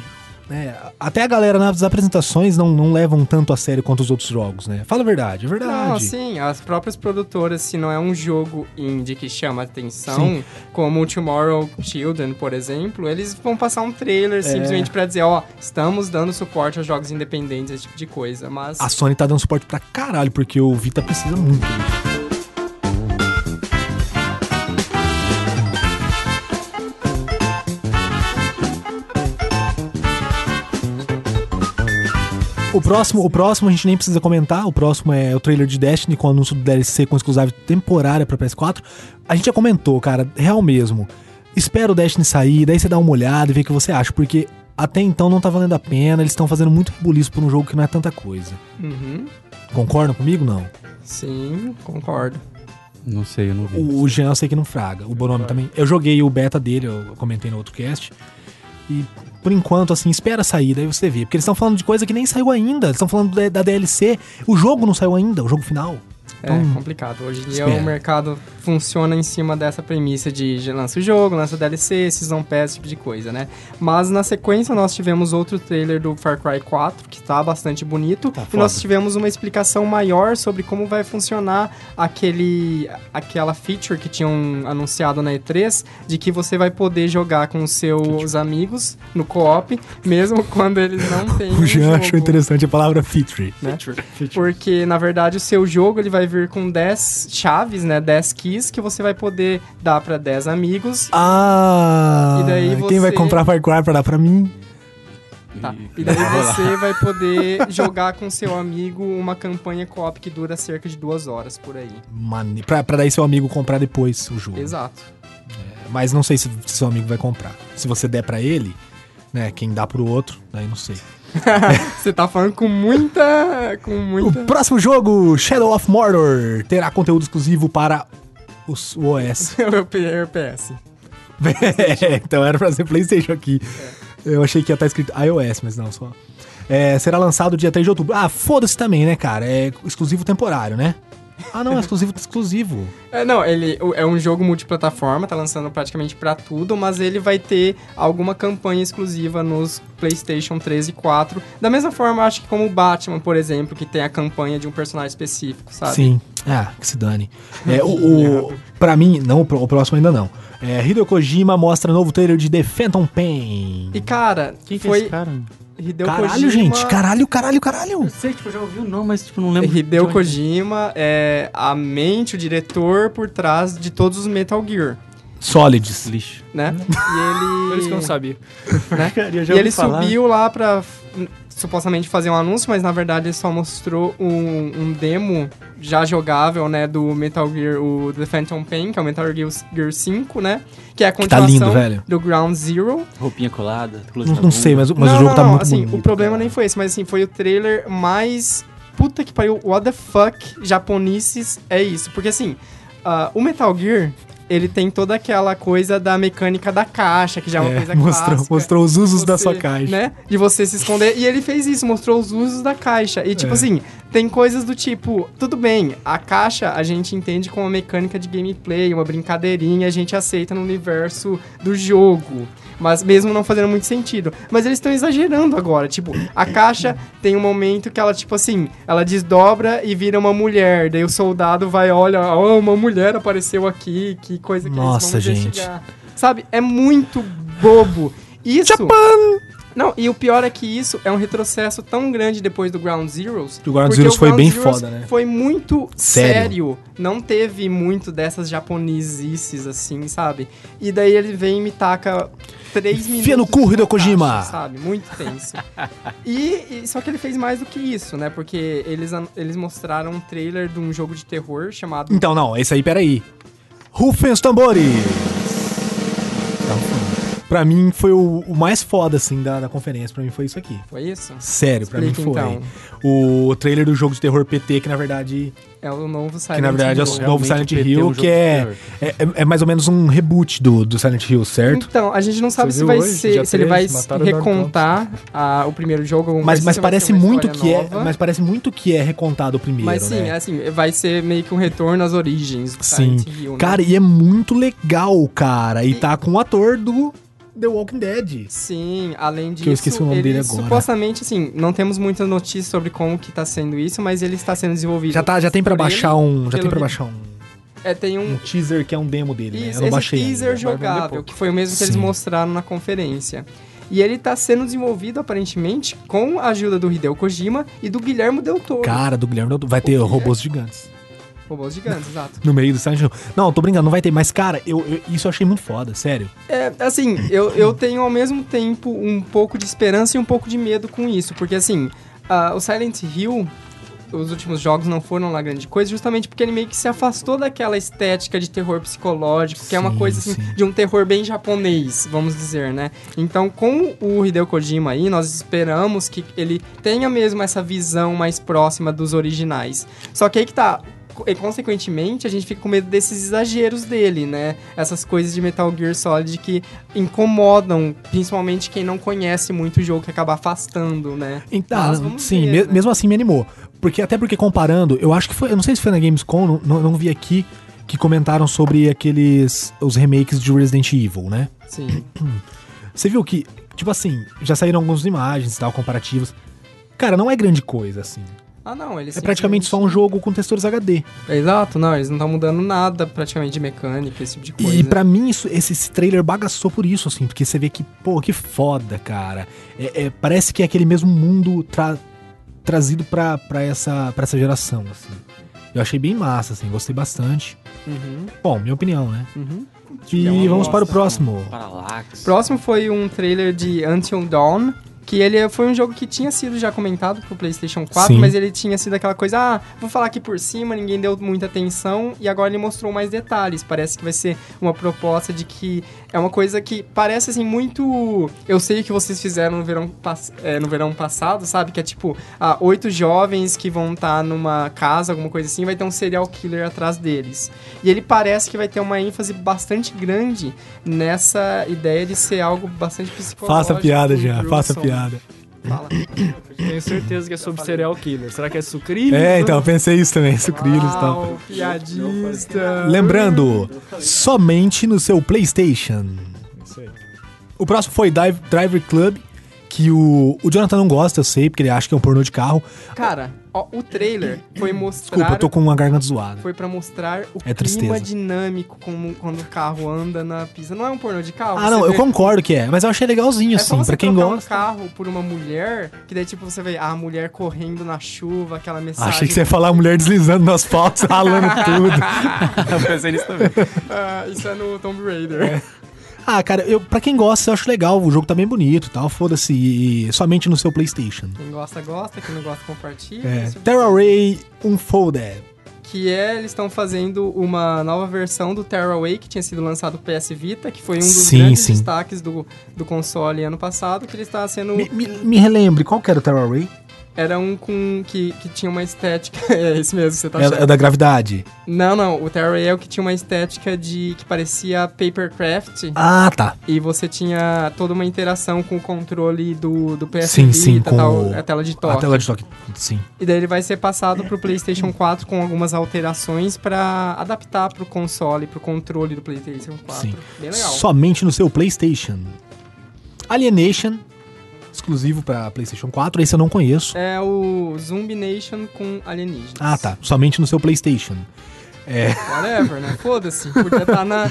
S1: né, até a galera nas apresentações não, não levam tanto a sério quanto os outros jogos, né? Fala a verdade, é verdade.
S2: Não, sim, as próprias produtoras, se não é um jogo indie que chama atenção, como o Tomorrow Children, por exemplo, eles vão passar um trailer
S1: É.
S2: simplesmente pra dizer, ó, estamos dando suporte aos jogos independentes, esse tipo de coisa, mas...
S1: A Sony tá dando suporte pra caralho, porque o Vita precisa muito. disso. O próximo, o próximo a gente nem precisa comentar. O próximo é o trailer de Destiny com o anúncio do DLC com exclusiva temporária pra PS4. A gente já comentou, cara, real mesmo. Espera o Destiny sair, daí você dá uma olhada e vê o que você acha, porque até então não tá valendo a pena, eles estão fazendo muito rebuliço por um jogo que não é tanta coisa.
S2: Uhum,
S1: Concordam comigo? Não.
S2: sim, concordo.
S4: Não sei, eu não vi.
S1: O, o Jean eu sei que não fraga. O Bonomi também. Eu joguei o beta dele, eu comentei no outro cast. E por enquanto, assim, espera sair, daí você vê. Porque eles estão falando de coisa que nem saiu ainda. Eles estão falando da, da DLC. O jogo não saiu ainda, o jogo final.
S2: É
S1: Então,
S2: complicado. Hoje em dia
S1: espera.
S2: o mercado funciona em cima dessa premissa de já lança o jogo, lança o DLC, Season Pass, esse tipo de coisa, né? Mas na sequência nós tivemos outro trailer do Far Cry 4, que tá bastante bonito. e nós tivemos uma explicação maior sobre como vai funcionar aquele, aquela feature que tinham anunciado na E3, de que você vai poder jogar com os seus amigos no co-op, mesmo quando eles não têm
S1: Tipo.
S2: um
S1: O Jean achou
S2: jogo.
S1: interessante a palavra feature.
S2: né? Porque, na verdade, o seu jogo ele vai vir com 10 chaves, né? 10 keys que você vai poder dar pra 10 amigos.
S1: Ah!
S2: E daí
S1: Quem vai
S2: você-
S1: comprar Far Cry pra dar pra mim?
S2: Tá. E daí você vai poder jogar com seu amigo uma campanha co-op que dura cerca de duas horas por aí.
S1: Mane... Pra, pra daí seu amigo comprar depois o jogo.
S2: Exato.
S1: Mas não sei se, se seu amigo vai comprar. Se você der pra ele, né? Quem dá pro outro, daí não sei.
S2: Você tá falando com muita. com
S1: O
S2: muita.
S1: próximo jogo, Shadow of Mordor, terá conteúdo exclusivo para os- o OS.
S2: Meu PS.
S1: É, então era pra ser PlayStation aqui.
S2: É.
S1: Eu achei que ia estar escrito iOS, mas não, só. É, será lançado dia 3 de outubro. Ah, foda-se também, né, cara? É exclusivo temporário, né? Ah, não, é exclusivo exclusivo.
S2: É, não, ele o- é um jogo multiplataforma, tá lançando praticamente pra tudo, mas ele vai ter alguma campanha exclusiva nos PlayStation 3 e 4. Da mesma forma, acho que como o Batman, por exemplo, que tem a campanha de um personagem específico, sabe?
S1: Sim. Ah, que se dane. É, o, o, pra mim, não, o pró- o próximo ainda não. É, Hideo Kojima mostra novo trailer de The Phantom Pain.
S2: E cara,
S4: Quem que é
S2: foi
S4: esse cara?
S2: Hideo
S1: Caralho,
S2: Kojima.
S1: gente, caralho, caralho, caralho.
S4: Eu sei, tipo, eu já ouvi o nome, mas tipo, não lembro.
S2: Hideo
S4: de onde
S2: Kojima é a mente, o diretor por trás de todos os Metal Gear,
S1: Sólides.
S4: é. Lixo.
S2: né? E
S3: Por
S2: ele
S3: isso que eu não sabia.
S2: né?
S4: Porcaria, já
S2: e
S4: ouvi
S2: ele
S4: falar.
S2: subiu lá pra f- supostamente fazer um anúncio, mas na verdade ele só mostrou um, um demo já jogável, né, do Metal Gear, o The Phantom Pain, que é o Metal Gear, Gear 5, né? Que é a
S1: tá
S2: continuação
S1: lindo, velho.
S2: do Ground Zero.
S4: Roupinha colada.
S1: Não, não sei, mas, o- mas
S2: não,
S1: o jogo
S2: não,
S1: tá
S2: não,
S1: muito
S2: assim,
S1: bonito.
S2: o problema nem foi esse, mas assim, foi o trailer mais puta que pariu, what the fuck, japonices, é isso. Porque assim, ah, o Metal Gear, ele tem toda aquela coisa da mecânica da caixa, que já é uma
S1: É,
S2: coisa
S1: mostrou,
S2: clássica
S1: mostrou os usos da
S2: você,
S1: sua caixa.
S2: Né? De você se esconder. E ele fez isso, mostrou os usos da caixa. E, tipo
S1: É.
S2: assim, tem coisas do tipo, tudo bem, a caixa a gente entende como uma mecânica de gameplay, uma brincadeirinha, a gente aceita no universo do jogo. Mas mesmo não fazendo muito sentido. Mas eles estão exagerando agora. Tipo, a caixa tem um momento que ela, tipo assim, ela desdobra e vira uma mulher. Daí o soldado vai, olha, ó, uma mulher apareceu aqui, que coisa que
S1: Nossa,
S2: eles vão
S1: gente.
S2: investigar. Sabe? É muito bobo. Isso. Não, e o pior é que isso é um retrocesso tão grande depois do Ground Zeroes.
S1: O Ground
S2: porque
S1: Zeroes
S2: o
S1: foi
S2: Ground
S1: bem
S2: Zeroes
S1: foda, né?
S2: Foi muito
S1: Sério.
S2: sério. Não teve muito dessas japonesices assim, sabe? E daí ele vem e me taca três
S1: Enfia
S2: minutos.
S1: no cu,
S2: de
S1: Hideo Kojima.
S2: caixa, Sabe? Muito tenso. e, e- só que ele fez mais do que isso, né? Porque eles, an- eles mostraram um trailer de um jogo de terror chamado
S1: Então, não, esse aí, peraí. Rufem os tambores! Tá um Pra mim foi o, o mais foda, assim, da, da conferência. Pra mim foi isso aqui.
S2: Foi isso?
S1: Sério, pra mim
S2: Explica,
S1: foi.
S2: então.
S1: O trailer do jogo de terror PT, que na verdade
S2: é o novo Silent
S1: Que na verdade é
S2: Hill.
S1: o novo
S4: Realmente,
S1: Silent
S4: o PT é um
S1: Hill,
S4: jogo
S1: que é,
S4: superior.
S1: é, é- é mais ou menos um reboot do, do Silent Hill, certo?
S2: Então, a gente não sabe se
S3: viu
S2: vai
S3: hoje?
S2: ser,
S3: Dia
S2: se ele vai
S3: 13, mataram o Donkey Kong.
S2: recontar a- o primeiro jogo. alguma
S1: Mas,
S2: coisa,
S1: mas
S2: se Então, vai
S1: parece
S2: ser uma
S1: muito que
S2: história
S1: é,
S2: nova.
S1: mas parece muito que é recontado o primeiro,
S2: Mas sim,
S1: né?
S2: assim, vai ser meio que um retorno às origens do
S1: Sim.
S2: Silent Hill, né?
S1: Cara, e é muito legal, cara. E tá com o ator do The Walking Dead.
S2: Sim, além disso,
S1: Que eu esqueci o nome
S2: ele
S1: dele agora.
S2: supostamente, assim, não temos muita notícia sobre como que tá sendo isso, mas ele está sendo desenvolvido.
S1: Já, tá, já tem pra
S2: por
S1: baixar
S2: ele.
S1: um, já tem
S2: pelo
S1: pra
S2: vi-
S1: baixar um,
S2: É, tem um
S1: um teaser que é um demo dele, né? Eu
S2: Isso,
S1: não
S2: esse
S1: baixei. ainda.
S2: teaser jogável, que foi o mesmo que eles
S1: Sim.
S2: mostraram na conferência. E ele tá sendo desenvolvido, aparentemente, com a ajuda do Hideo Kojima e do Guilherme Del Toro.
S1: Cara, do Guilherme Del Toro. vai ter robôs gigantes.
S2: Robôs gigantes, exato.
S1: No meio do Silent Hill. Não, tô brincando, não vai ter. Mas, cara, eu, eu- isso eu achei muito foda, sério.
S2: É, assim, eu, eu tenho ao mesmo tempo um pouco de esperança e um pouco de medo com isso. Porque, assim, ah, o Silent Hill, os últimos jogos não foram lá grande coisa, justamente porque ele meio que se afastou daquela estética de terror psicológico, que é uma
S1: Sim,
S2: coisa, assim,
S1: sim.
S2: de um terror bem japonês, vamos dizer, né? Então, com o Hideo Kojima aí, nós esperamos que ele tenha mesmo essa visão mais próxima dos originais. Só que aí que tá. co- E, consequentemente, a gente fica com medo desses exageros dele, né? Essas coisas de Metal Gear Solid que incomodam, principalmente quem não conhece muito o jogo, que acaba afastando, né?
S1: Então,
S2: Mas vamos
S1: sim,
S2: ver,
S1: me-
S2: né?
S1: mesmo assim me animou. Porque, até porque comparando, eu acho que foi. Eu não sei se foi na Gamescom, não, não, não vi aqui, que comentaram sobre aqueles. os remakes de Resident Evil, né?
S2: Sim.
S1: Você viu que, tipo assim, já saíram algumas imagens e tal, comparativos. Cara, não é grande coisa, assim.
S2: Ah, não, eles.
S1: É praticamente só
S2: simplesmente-
S1: um jogo com texturas HD.
S2: Exato, não, eles não estão mudando nada praticamente de mecânica, esse tipo de
S4: é.
S2: coisa.
S1: E pra mim, isso, esse, esse trailer bagaçou por isso, assim, porque você vê que, pô, que foda, cara. É- é, parece que é aquele mesmo mundo tra- trazido pra, pra, essa, pra essa geração, assim. Eu achei bem massa, assim, gostei bastante.
S2: Uhum,
S1: Bom, minha opinião, né?
S2: uhum.
S1: E
S4: É uma
S1: vamos
S4: bosta,
S1: para o
S4: né?
S1: próximo.
S4: Parallax.
S2: Próximo foi um trailer de Until Dawn, que ele foi um jogo que tinha sido já comentado pro PlayStation 4,
S1: Sim.
S2: mas ele tinha sido aquela coisa, ah, vou falar aqui por cima, ninguém deu muita atenção, e agora ele mostrou mais detalhes. Parece que vai ser uma proposta de que é uma coisa que parece assim muito. Eu sei o que vocês fizeram no verão, pass- é, no verão passado, sabe? Que é tipo, ah, oito jovens que vão estar numa casa, alguma coisa assim, vai ter um serial killer atrás deles. E ele parece que vai ter uma ênfase bastante grande nessa ideia de ser algo bastante psicológico.
S1: Faça piada
S2: com
S1: já,
S2: Wilson.
S1: faça piada.
S2: Fala.
S3: Tenho certeza que é sobre serial killer. Será que é sucrilho?
S1: É, então, eu pensei isso também, sucrilhos e tal.
S2: Uau, piadista.
S1: Lembrando, somente no seu PlayStation. O próximo foi Dive, Driver Club, que o, o Jonathan não gosta, eu sei, porque ele acha que é um pornô de carro.
S2: Cara, ó, o trailer foi mostrar.
S1: Desculpa, eu tô com uma garganta zoada.
S2: Foi pra mostrar o
S1: É tristeza.
S2: clima dinâmico como quando o carro anda na pista. Não é um pornô de carro?
S1: Ah,
S2: você
S1: não, eu
S2: vê-
S1: concordo que é, mas eu achei legalzinho,
S2: É só
S1: assim,
S2: você
S1: pra quem
S2: trocar um
S1: gosta.
S2: carro por uma mulher, que daí tipo você vê a mulher correndo na chuva, aquela mensagem.
S1: Ah, Achei que você ia falar a mulher deslizando nas fotos, ralando tudo.
S4: Eu pensei nisso também.
S2: Ah, isso é no Tomb Raider.
S1: Ah, cara, eu, pra quem gosta, eu acho legal, o jogo tá bem bonito e tal, foda-se, e somente no seu PlayStation.
S2: Quem gosta, gosta, quem não gosta, compartilha.
S1: É,
S2: Esse-
S1: Terraray Unfolded.
S2: Que é, eles estão fazendo uma nova versão do Tearaway, que tinha sido lançado pro PS Vita, que foi um dos
S1: Sim,
S2: grandes
S1: sim.
S2: destaques do, do console ano passado, que ele está sendo...
S1: Me, me- me relembre, qual que era o Terraray?
S2: Era um com que, que tinha uma estética... é esse mesmo que você tá achando.
S1: É, é da gravidade.
S2: Não, não. O Terraria é o que tinha uma estética de que parecia papercraft.
S1: Ah, tá.
S2: E você tinha toda uma interação com o controle do, do PS
S1: Sim,
S2: Vita,
S1: sim, com
S2: tal,
S1: o-
S2: a tela de toque.
S1: A tela de toque, sim.
S2: E daí ele vai ser passado pro PlayStation 4 com algumas alterações pra adaptar pro console, pro controle do PlayStation 4.
S1: Sim.
S2: Bem legal.
S1: Somente no seu PlayStation. Alienation, exclusivo pra PlayStation 4, esse eu não conheço.
S2: É o Zumbi Nation com alienígenas.
S1: Ah, tá. Somente no seu PlayStation.
S2: Whatever, né? Foda-se. Podia estar na,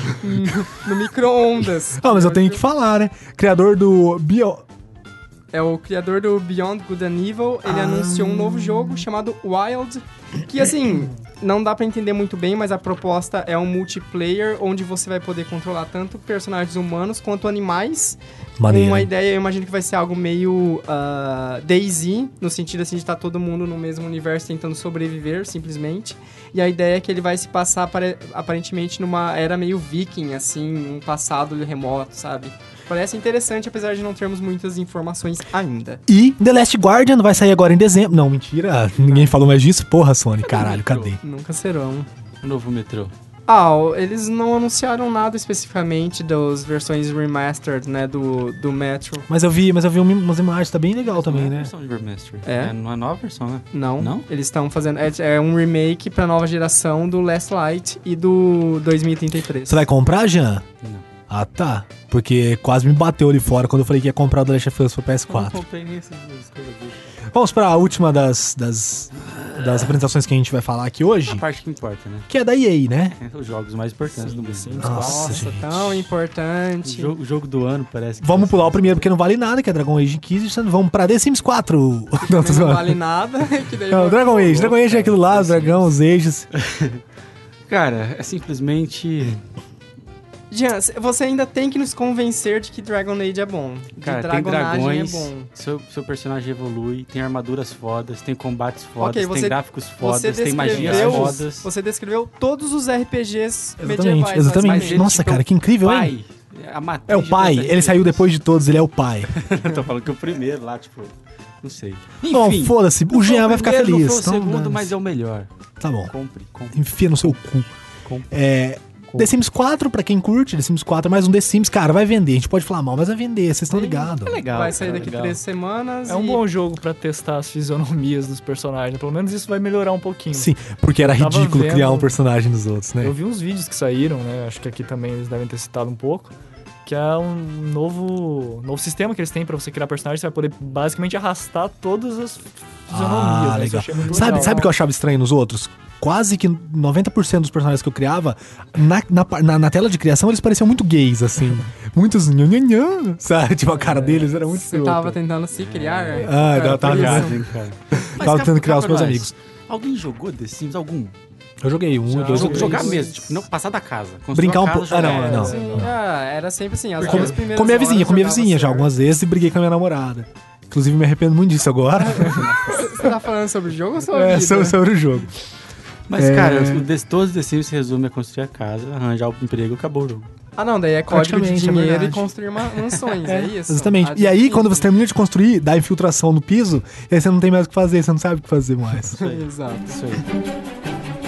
S2: no micro-ondas.
S1: Ah, mas eu tenho que falar, né? Criador do Bio.
S2: É o criador do Beyond Good and Evil.
S1: Ah.
S2: Ele anunciou um novo jogo chamado Wild, que assim, não dá pra entender muito bem, mas a proposta é um multiplayer onde você vai poder controlar tanto personagens humanos quanto animais
S1: Maneiro.
S2: uma ideia, eu imagino que vai ser algo meio ah, Daisy, no sentido assim de estar todo mundo no mesmo universo tentando sobreviver, simplesmente. E a ideia é que ele vai se passar apare- aparentemente numa era meio viking, assim, um passado remoto, sabe? Parece interessante, apesar de não termos muitas informações ainda.
S1: E The Last Guardian vai sair agora em dezembro. Não, mentira. Ah, Ninguém falou mais disso. Porra, Sony. Caralho, cadê?
S2: Nunca serão.
S4: O novo metrô.
S2: Ah, o- eles não anunciaram nada especificamente das versões remastered, né, do, do Metro.
S1: Mas eu vi, mas eu vi um- umas imagens, tá bem legal também,
S4: Não é a
S1: né?
S4: versão de Burmester.
S2: É?
S4: Não é nova versão, né?
S2: Não.
S4: Não?
S2: Eles estão fazendo... É, é um remake pra nova geração do Last Light e do 2033.
S1: Você vai comprar, Jean?
S4: Não.
S1: Ah, tá. Porque quase me bateu ali fora quando eu falei que ia comprar o The Last of Us pro
S4: Eu
S1: PS4.
S4: comprei nem essas coisas dele.
S1: Vamos pra última das, das, das apresentações que a gente vai falar aqui hoje,
S4: A parte que importa, né?
S1: que é da EA, né?
S4: É Os jogos mais importantes do mundo.
S1: Nossa,
S2: Nossa,
S1: gente.
S2: tão
S4: O
S2: importante.
S4: jogo, o jogo do ano parece que.
S1: Vamos pular o primeiro porque não vale nada, que é Dragon Age Inquisition. Vamos pra The Sims 4. Não, tô
S2: Também Não
S1: zoando.
S2: vale nada. que daí
S1: Não,
S2: vai-
S1: Dragon Age. Dragon Age é aquilo lá, os dragão, os eixos.
S4: Cara, é simplesmente.
S2: Jean, c- você ainda tem que nos convencer de que Dragon Age é bom. De
S4: Cara, tem
S2: Dragonagem
S4: dragões,
S2: é bom.
S4: seu, seu personagem evolui, tem armaduras fodas, tem combates fodas,
S2: Ok, você-
S4: tem gráficos fodas,
S2: Você
S4: tem magias
S2: descreveu,
S4: fodas.
S2: você descreveu todos os RPGs medievais.
S1: Exatamente, exatamente.
S2: basicamente.
S4: ele,
S1: Nossa,
S4: tipo,
S1: cara, que incrível, hein?
S4: Pai! A
S1: É
S4: matriz
S1: o pai,
S4: dessa-
S1: ele saiu depois de todos, ele é o pai.
S4: Eu tô falando que o primeiro lá, tipo. Não sei.
S1: Bom, foda-se,
S4: não
S1: o Jean
S4: foi
S1: vai ficar
S4: primeiro,
S1: feliz.
S4: Não foi
S1: então
S4: o segundo,
S1: dane-se.
S4: mas é o melhor.
S1: Tá bom,
S4: Compre, compre.
S1: enfia no seu cu.
S4: Com-
S1: É, The Sims 4, pra quem curte, The Sims 4 é mais um The Sims, cara, vai vender. A gente pode falar mal, mas vai vender, vocês estão ligados.
S4: é Legal.
S2: Vai sair daqui
S4: legal.
S2: três semanas.
S3: É um
S2: e-
S3: bom jogo pra testar as fisionomias dos personagens. Pelo menos isso vai melhorar um pouquinho.
S1: Sim, porque era
S3: Eu tava
S1: ridículo
S3: vendo-
S1: criar um personagem dos outros, né?
S3: Eu vi uns vídeos que saíram, né? Acho que aqui também eles devem ter citado um pouco. Que é um novo, novo sistema que eles têm pra você criar personagens. Você vai poder basicamente arrastar todas as fisionomias.
S1: Ah,
S3: né? Isso eu
S1: legal.
S3: achei muito
S1: Sabe,
S3: legal.
S1: sabe o que eu achava estranho nos outros? Quase que 90% dos personagens que eu criava, na, na, pa- na- na tela de criação, eles pareciam muito gays, assim. Muitos nhanhanhã, sabe? Tipo, a
S3: É,
S1: cara deles era muito
S2: Você
S1: escrota.
S2: tava tentando se criar.
S1: Ah,
S2: Cara,
S1: eu tava
S2: por isso.
S1: ligado.
S4: hein, cara. Mas
S1: Tava
S4: cá-
S1: tentando
S4: cá
S1: criar os
S4: pra
S1: meus
S4: nós.
S1: amigos.
S4: Alguém jogou The Sims? Algum?
S1: Eu joguei um, dois,
S4: Jogo-
S1: três.
S4: jogar mesmo, tipo, não passar da casa. construir
S1: Brincar
S4: a
S1: um
S4: casa,
S1: pouco- ah, não,
S4: jogar.
S1: não.
S2: Sim, ah, era sempre assim. As
S1: Com,
S2: duas primeiras
S1: com minha vizinha,
S2: horas
S1: com minha
S2: jogava
S1: vizinha já
S2: certo.
S1: algumas vezes e briguei com a minha namorada. Inclusive, me arrependo muito disso agora.
S2: Você tá falando sobre o jogo ou sobre a
S1: é,
S2: vida?
S1: sobre, sobre o jogo.
S4: Mas,
S1: É.
S4: cara, o The- todos os The Sims se resume a construir a casa, arranjar o emprego e acabou o jogo.
S2: Ah, não, daí é código de
S1: Praticamente, é
S2: dinheiro e
S1: verdade.
S2: construir ma- mansões, é, isso?
S1: Exatamente.
S2: Ah,
S1: E aí,
S2: difícil.
S1: quando você termina de construir, dá infiltração no piso, e aí você não tem mais o que fazer, você não sabe o que fazer mais.
S2: Exato.
S4: Isso aí.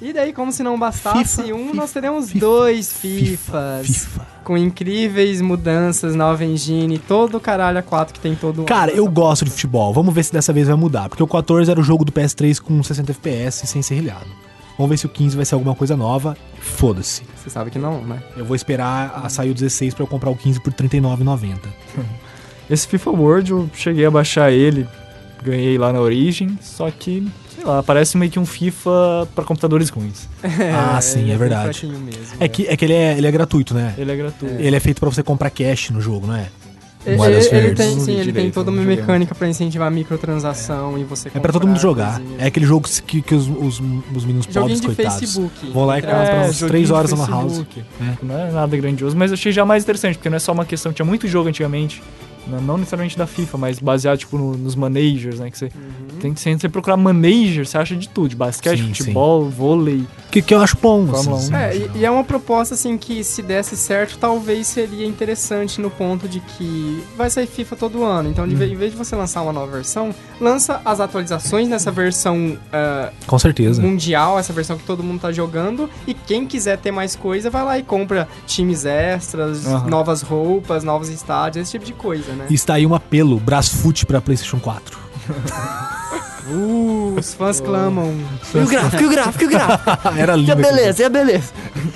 S2: E daí, como se não bastasse
S1: FIFA,
S2: um,
S1: FIFA,
S2: nós teremos
S1: FIFA,
S2: dois FIFAs.
S1: FIFA.
S2: Com incríveis mudanças na nova engine, todo o caralho a 4 que tem todo um.
S1: Cara, eu gosto de futebol. Vamos ver se dessa vez vai mudar. Porque o 14 era o jogo do PS3 com 60 FPS e sem ser rilhado. Vamos ver se o 15 vai ser alguma coisa nova. Foda-se.
S2: Você sabe que não, né?
S1: Eu vou esperar a sair o 16 pra eu comprar o 15 por R$39,90.
S3: Esse FIFA World eu cheguei a baixar ele, ganhei lá na origem, só que, sei lá, parece meio que um FIFA pra computadores ruins.
S1: ah, sim, é,
S2: bem
S1: verdade.
S2: fraquinho mesmo, né?
S1: É que, é que ele, é, ele é gratuito, né?
S3: Ele é gratuito.
S1: Ele é feito pra você comprar cash no jogo, não é?
S2: Ele,
S1: Moedas
S2: ele- ele
S1: verdes.
S2: tem,
S4: Não
S2: sim,
S4: vi
S2: ele tem
S4: direito,
S2: toda uma
S4: não joguei
S2: mecânica pra incentivar a microtransação e você
S1: É pra todo
S2: comprar
S1: mundo jogar.
S2: coisinhas.
S1: É aquele jogo que, que os, os, os meninos pobres,
S2: Joguinho de
S1: coitados.
S2: Facebook.
S1: Vão lá e
S2: É,
S1: compram
S3: É,
S1: umas
S3: joguinho
S1: 3
S3: de
S1: horas na house.
S3: Facebook. Não é nada grandioso, mas eu achei já mais interessante, porque não é só uma questão. Tinha muito jogo antigamente, né, não, não necessariamente da FIFA, mas baseado tipo, no- nos managers, né? Que você tem que sempre procurar manager, você acha de tudo: de basquete,
S1: Sim,
S3: futebol, vôlei.
S1: Que, que eu acho bom.
S3: Fórmula
S1: assim, assim.
S3: um.
S2: É, e, e é uma proposta assim que se desse certo, talvez seria interessante no ponto de que vai sair FIFA todo ano. Então, de
S1: Hum.
S2: ve- em vez de você lançar uma nova versão, lança as atualizações nessa versão ah,
S1: Com certeza.
S2: mundial, essa versão que todo mundo tá jogando. E quem quiser ter mais coisa, vai lá e compra times extras,
S3: Aham.
S2: novas roupas, novos estádios, esse tipo de coisa, né?
S1: E está aí um apelo, Brasfoot pra PlayStation 4.
S2: Uh, os fãs clamam.
S3: E o gráfico, e o gráfico, e o gráfico.
S1: Ah, Era lindo. aquele
S3: é a beleza.
S1: jogo.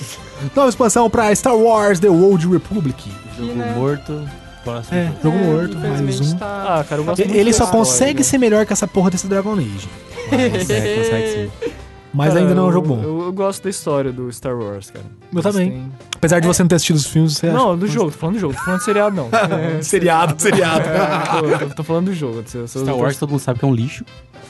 S1: Nova expansão pra Star Wars The Old Republic.
S4: Jogo
S2: né?
S4: morto, próximo.
S1: jogo
S2: É,
S1: morto, mais
S2: infelizmente
S1: um.
S2: tá-
S3: Ah, cara, eu gosto
S1: E-
S3: muito
S1: Ele
S3: da
S1: só
S3: história,
S1: consegue
S3: né?
S1: Ah, ser melhor que essa porra desse Dragon Age.
S4: Consegue, consegue É, sim.
S1: Mas
S3: Cara,
S1: ainda não é um
S3: eu-
S1: jogo bom.
S3: Eu, eu gosto da história do Star Wars, cara.
S1: Eu também.
S3: Eles têm-
S1: Apesar de você não ter assistido os filmes, você
S3: Não, do jogo, tô falando do jogo, tô falando do seriado, não. É,
S1: acha... Seriado, seriado.
S2: É.
S3: tô, tô- tô falando do jogo. Star
S4: Star Wars todo mundo sabe que é um lixo.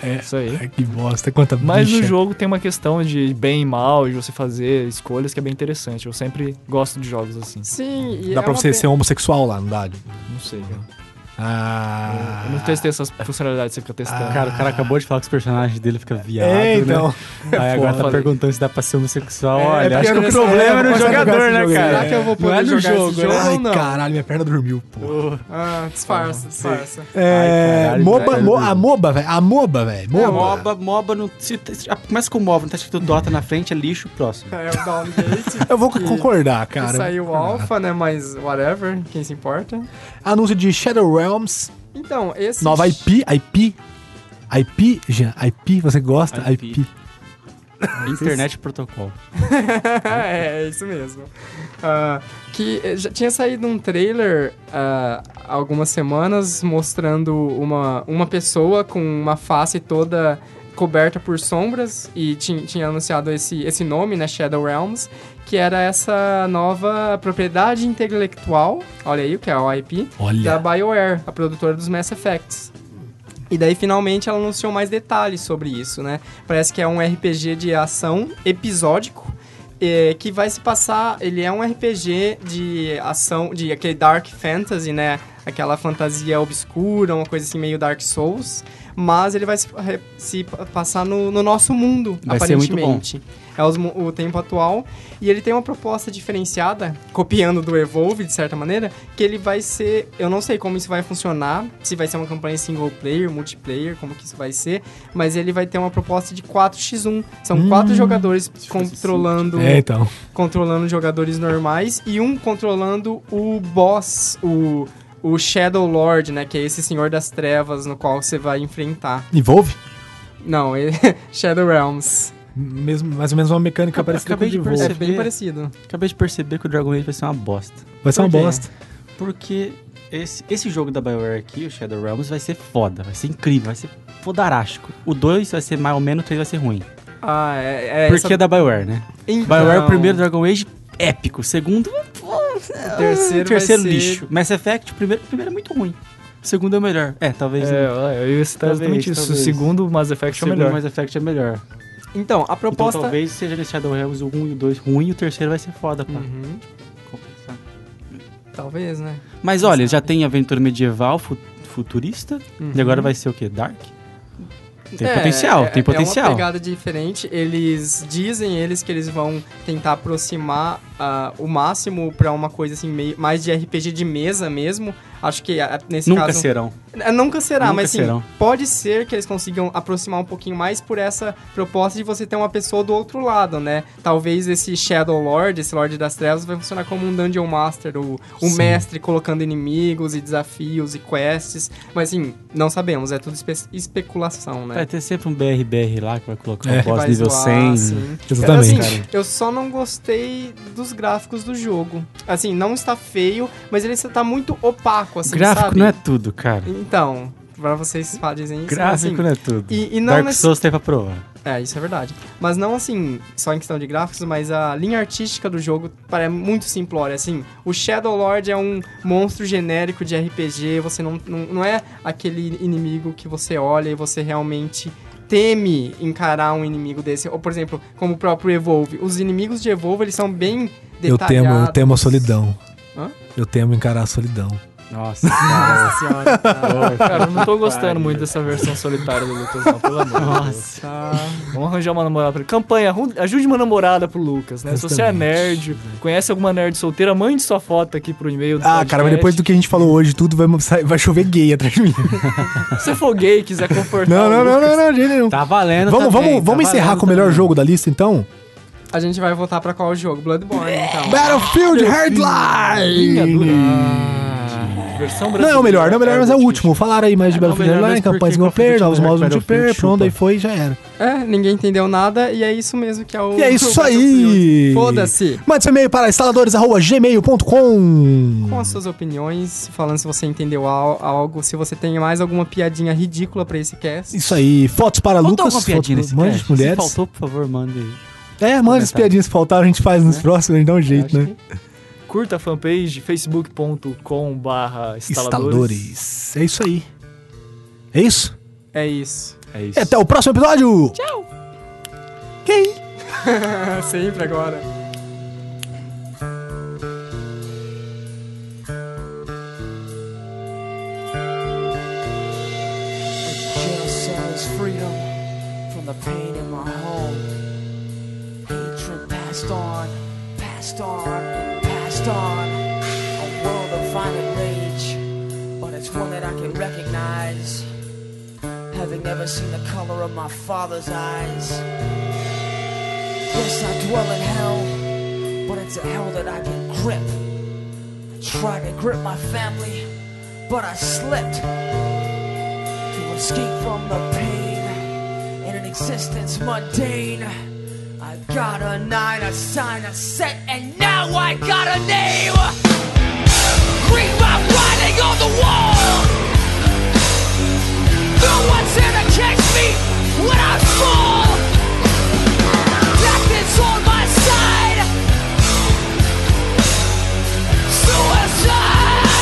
S1: É.
S3: Isso aí.
S1: É, que bosta, quanta
S3: Mas
S1: bicha.
S3: no jogo tem uma questão de bem e mal, de você fazer escolhas que é bem interessante. Eu sempre gosto de jogos assim.
S2: Sim, e
S1: Dá
S2: é
S1: pra
S2: uma
S1: você
S2: pe-
S1: ser um homossexual lá, não dá?
S3: Não sei, cara.
S1: Ah...
S3: Eu não testei essas funcionalidades, você fica testando.
S4: Cara, o cara acabou de falar que os personagens dele ficam viado,
S1: É,
S4: né?
S1: então.
S4: Aí agora tá
S3: Foda.
S4: perguntando se dá pra ser homossexual.
S1: É,
S4: Olha,
S1: é
S4: acho que o
S1: porque
S4: problema
S1: nessa
S4: era o
S1: época eu
S4: jogador,
S1: gosto de
S4: né,
S1: jogar.
S2: Será
S4: cara?
S2: que eu vou
S4: Não é
S2: poder
S4: no
S2: jogar
S4: jogo,
S2: esse jogo
S1: Ai,
S2: ou não?
S1: caralho, minha perna dormiu, pô.
S2: Ah, disfarça, disfarça.
S1: É,
S4: Ai, caralho,
S1: MOBA,
S4: velho.
S1: mo- a MOBA, velho. A MOBA, velho.
S4: É,
S1: MOBA.
S4: MOBA, MOBA não. Se, se- ah, começa com MOBA, não tá escrito Dota na frente, é lixo próximo.
S2: É o Downgate,
S1: Eu vou concordar,
S2: que
S1: cara.
S2: saiu o Alpha, né? Mas whatever, quem se importa.
S1: Anúncio de Shadow Realms,
S2: Então, esse...
S1: nova IP, IP. IP, Jean, IP, você gosta?
S4: IP.
S1: IP.
S4: Internet protocolo.
S2: é, é isso mesmo. Ah, que eh, já tinha saído um trailer ah, há algumas semanas mostrando uma, uma pessoa com uma face toda coberta por sombras e ti- tinha anunciado esse, esse nome, né, Shadow Realms, que era essa nova propriedade intelectual, olha aí o que é a OIP, da
S1: Olha.
S2: BioWare, a produtora dos Mass Effects. E daí finalmente ela anunciou mais detalhes sobre isso, né? Parece que é um RPG de ação episódico eh, que vai se passar. Ele é um RPG de ação, de aquele dark fantasy, né? Aquela fantasia obscura, uma coisa assim meio Dark Souls. Mas ele vai se, re- se pa- passar no, no nosso mundo,
S4: Vai ser muito bom.
S2: aparentemente. É os mu- o tempo atual. E ele tem uma proposta diferenciada, copiando do Evolve, de certa maneira, que ele vai ser. Eu não sei como isso vai funcionar, se vai ser uma campanha single player, multiplayer, como que isso vai ser, mas ele vai ter uma proposta de 4x1. São
S4: Hum.
S2: quatro jogadores controlando
S1: É, então.
S2: controlando jogadores normais e um controlando o boss, o, o Shadow Lord, né? Que é esse Senhor das Trevas no qual você vai enfrentar.
S1: Envolve?
S2: Não, ele- Shadow Realms.
S1: Mesmo, mais ou menos uma mecânica parecida com o
S4: acabei
S1: de
S4: de
S1: Evolve.
S2: É
S4: Você
S2: bem
S4: vê?
S2: parecido.
S4: Acabei de perceber que o Dragon Age vai ser uma bosta.
S1: Vai ser uma
S2: Por quê?
S1: bosta.
S4: Porque esse, esse jogo da BioWare aqui, o Shadow Realms, vai ser foda, vai ser incrível, vai ser fodarástico. O 2 vai ser mais ou menos, o 3 vai ser ruim.
S2: Ah, é. é
S4: Porque é
S2: essa...
S4: da BioWare, né?
S2: Então,
S4: BioWare, o primeiro Dragon Age, épico. O Segundo, pô,
S2: o Ah, terceiro,
S4: terceiro
S2: vai ser-
S4: lixo. Mass Effect, o primeiro, o primeiro é muito ruim. O segundo é o melhor. É, talvez.
S3: É, eu ia citar
S4: Talvez,
S3: exatamente isso.
S4: talvez.
S3: O segundo Mass
S4: O
S3: Effect é o
S4: segundo
S3: melhor.
S4: Mass Effect é melhor.
S2: Então, a
S4: Então
S2: proposta.
S4: talvez seja nesse Shadow Realms o 1 e o 2 ruim, e o terceiro vai ser foda, pá.
S2: Uhum,
S4: Compensar.
S2: talvez, né?
S4: Mas olha, já tem aventura medieval, fu- futurista, e agora vai ser o quê? Dark? Tem
S2: Uhum. É,
S4: potencial,
S2: é-
S4: tem
S2: É
S4: potencial.
S2: uma pegada diferente. Eles dizem eles que eles vão tentar aproximar ah, o máximo pra uma coisa assim meio, mais de RPG de mesa mesmo. Acho que ah, nesse
S4: Nunca
S2: caso
S4: serão.
S2: É, Nunca será,
S4: Nunca
S2: mas sim,
S4: serão.
S2: pode ser que eles consigam aproximar um pouquinho mais por essa proposta de você ter uma pessoa do outro lado, né? Talvez esse Shadow Lord, esse Lorde das Trevas, vai funcionar como um Dungeon Master, ou um
S1: Sim.
S2: mestre colocando inimigos e desafios e quests. Mas assim, não sabemos, é tudo espe- especulação, né?
S4: Vai ter sempre um BRBR lá que vai colocar
S1: É.
S4: o boss
S2: vai
S4: nível
S2: zoar,
S4: 100.
S2: assim.
S1: Exatamente.
S2: Assim, eu só não gostei dos gráficos do jogo. Assim, não está feio, mas ele está muito opaco, assim,
S4: Gráfico
S2: sabe?
S4: não é tudo, cara.
S2: Então, pra vocês fa- dizem isso, mas,
S4: Gráfico
S2: assim,
S1: né?
S4: não é tudo.
S2: E, e não
S4: Dark
S2: nesse-
S4: Souls tem pra provar.
S2: É, isso é verdade. Mas não assim, só em questão de gráficos, mas a linha artística do jogo pare- é muito simplória. Assim, o Shadow Lord é um monstro genérico de RPG, você não, não, não é aquele inimigo que você olha e você realmente teme encarar um inimigo desse. Ou, por exemplo, como o próprio Evolve. Os inimigos de Evolve, eles são bem
S1: Eu
S2: detalhados.
S1: temo, eu temo a solidão.
S2: Hã?
S1: Eu temo encarar a solidão.
S4: Nossa, cara.
S2: Nossa senhora, tá,
S3: Cara, eu não tô gostando muito dessa versão solitária do Lucas, não, pelo amor de Deus.
S4: Nossa.
S2: tá.
S3: Vamos arranjar uma namorada pra ele. Campanha, arru- ajude uma namorada pro Lucas, né? Se você é nerd, conhece alguma nerd solteira, mande sua foto aqui pro e-mail do
S1: Ah, cara, mas depois
S3: podcast.
S1: do que a gente falou hoje, tudo vai, sair- vai chover gay atrás de mim.
S3: Se você for gay e quiser confortar
S1: Não,
S3: o
S1: não, não, não,
S3: Lucas,
S1: não, de jeito nenhum.
S4: Tá valendo
S1: Vamos,
S4: também,
S1: vamos,
S4: tá
S1: vamos encerrar
S4: valendo
S1: com o melhor
S4: também.
S1: jogo da lista, então?
S2: A gente vai voltar pra qual jogo? Bloodborne, então.
S3: é Ah.
S1: Battlefield Hardline!
S3: linha dura. Versão
S1: Não
S3: brasileira.
S1: é o melhor, não é o melhor, mas é o
S3: Gold
S1: último. Falaram aí mais de
S4: É, não é o
S1: Battlefield
S4: melhor,
S1: Online,
S4: mas por
S1: campanha
S4: que
S1: single player,
S4: Competition
S1: novos modos multiplayer,
S4: é Battlefield
S1: pronto, aí
S4: chupa?
S1: foi e já era.
S2: É, ninguém entendeu nada e é isso mesmo que é o.
S1: E é
S2: o
S1: isso aí!
S2: Battlefield. Foda-se!
S1: Mande seu e-mail para instaladores.gmail.com
S2: Com as suas opiniões, falando se você entendeu al- algo, se você tem mais alguma piadinha ridícula pra esse cast.
S1: Isso aí, fotos para né?
S4: Faltou
S1: Lucas,
S4: alguma piadinha
S1: fotos,
S4: nesse
S1: mande
S4: cast?
S1: as mulheres.
S4: Se faltou, por favor, mande aí.
S1: É, manda as
S4: comentário.
S1: piadinhas que faltaram, a gente faz nos
S4: Né?
S1: próximos, a gente dá um jeito,
S4: acho
S1: né?
S3: Curta a fanpage facebook.com barra instaladores.
S1: Instaladores. É isso aí. É isso?
S2: É isso.
S4: É
S1: E
S4: isso.
S1: até o próximo episódio! Tchau! Quem?
S2: É sempre agora.
S8: jail cells freedom from the pain in my home. Hatred passed on, passed on, passed on. A world of violent rage, but it's one that I can recognize. Having never seen the color of my father's eyes. Yes, I dwell in hell, but it's a hell that I can grip. I tried to grip my family, but I slipped to escape from the pain in an existence mundane. I got a nine, a sign, a set, and now I got a name. Read my writing on the wall. No one's here to catch me when I fall. Darkness on my side. Suicide.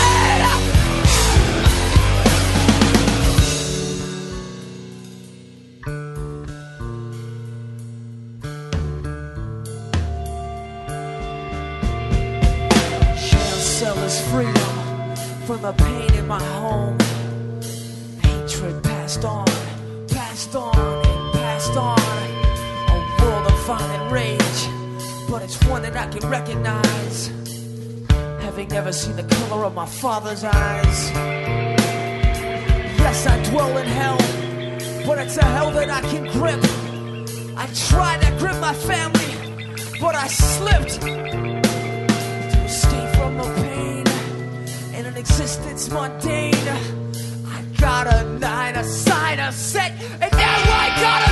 S8: Jail cell is freedom from the pain in my home. Hatred passed on, passed on, and passed on. A world of violent rage, but it's one that I can recognize. Having never seen the color of my father's eyes. Yes, I dwell in hell, but it's a hell that I can grip. I tried to grip my family, but I slipped to escape from the pain in an existence mundane. I got a nine, a sign, a set, and now I got a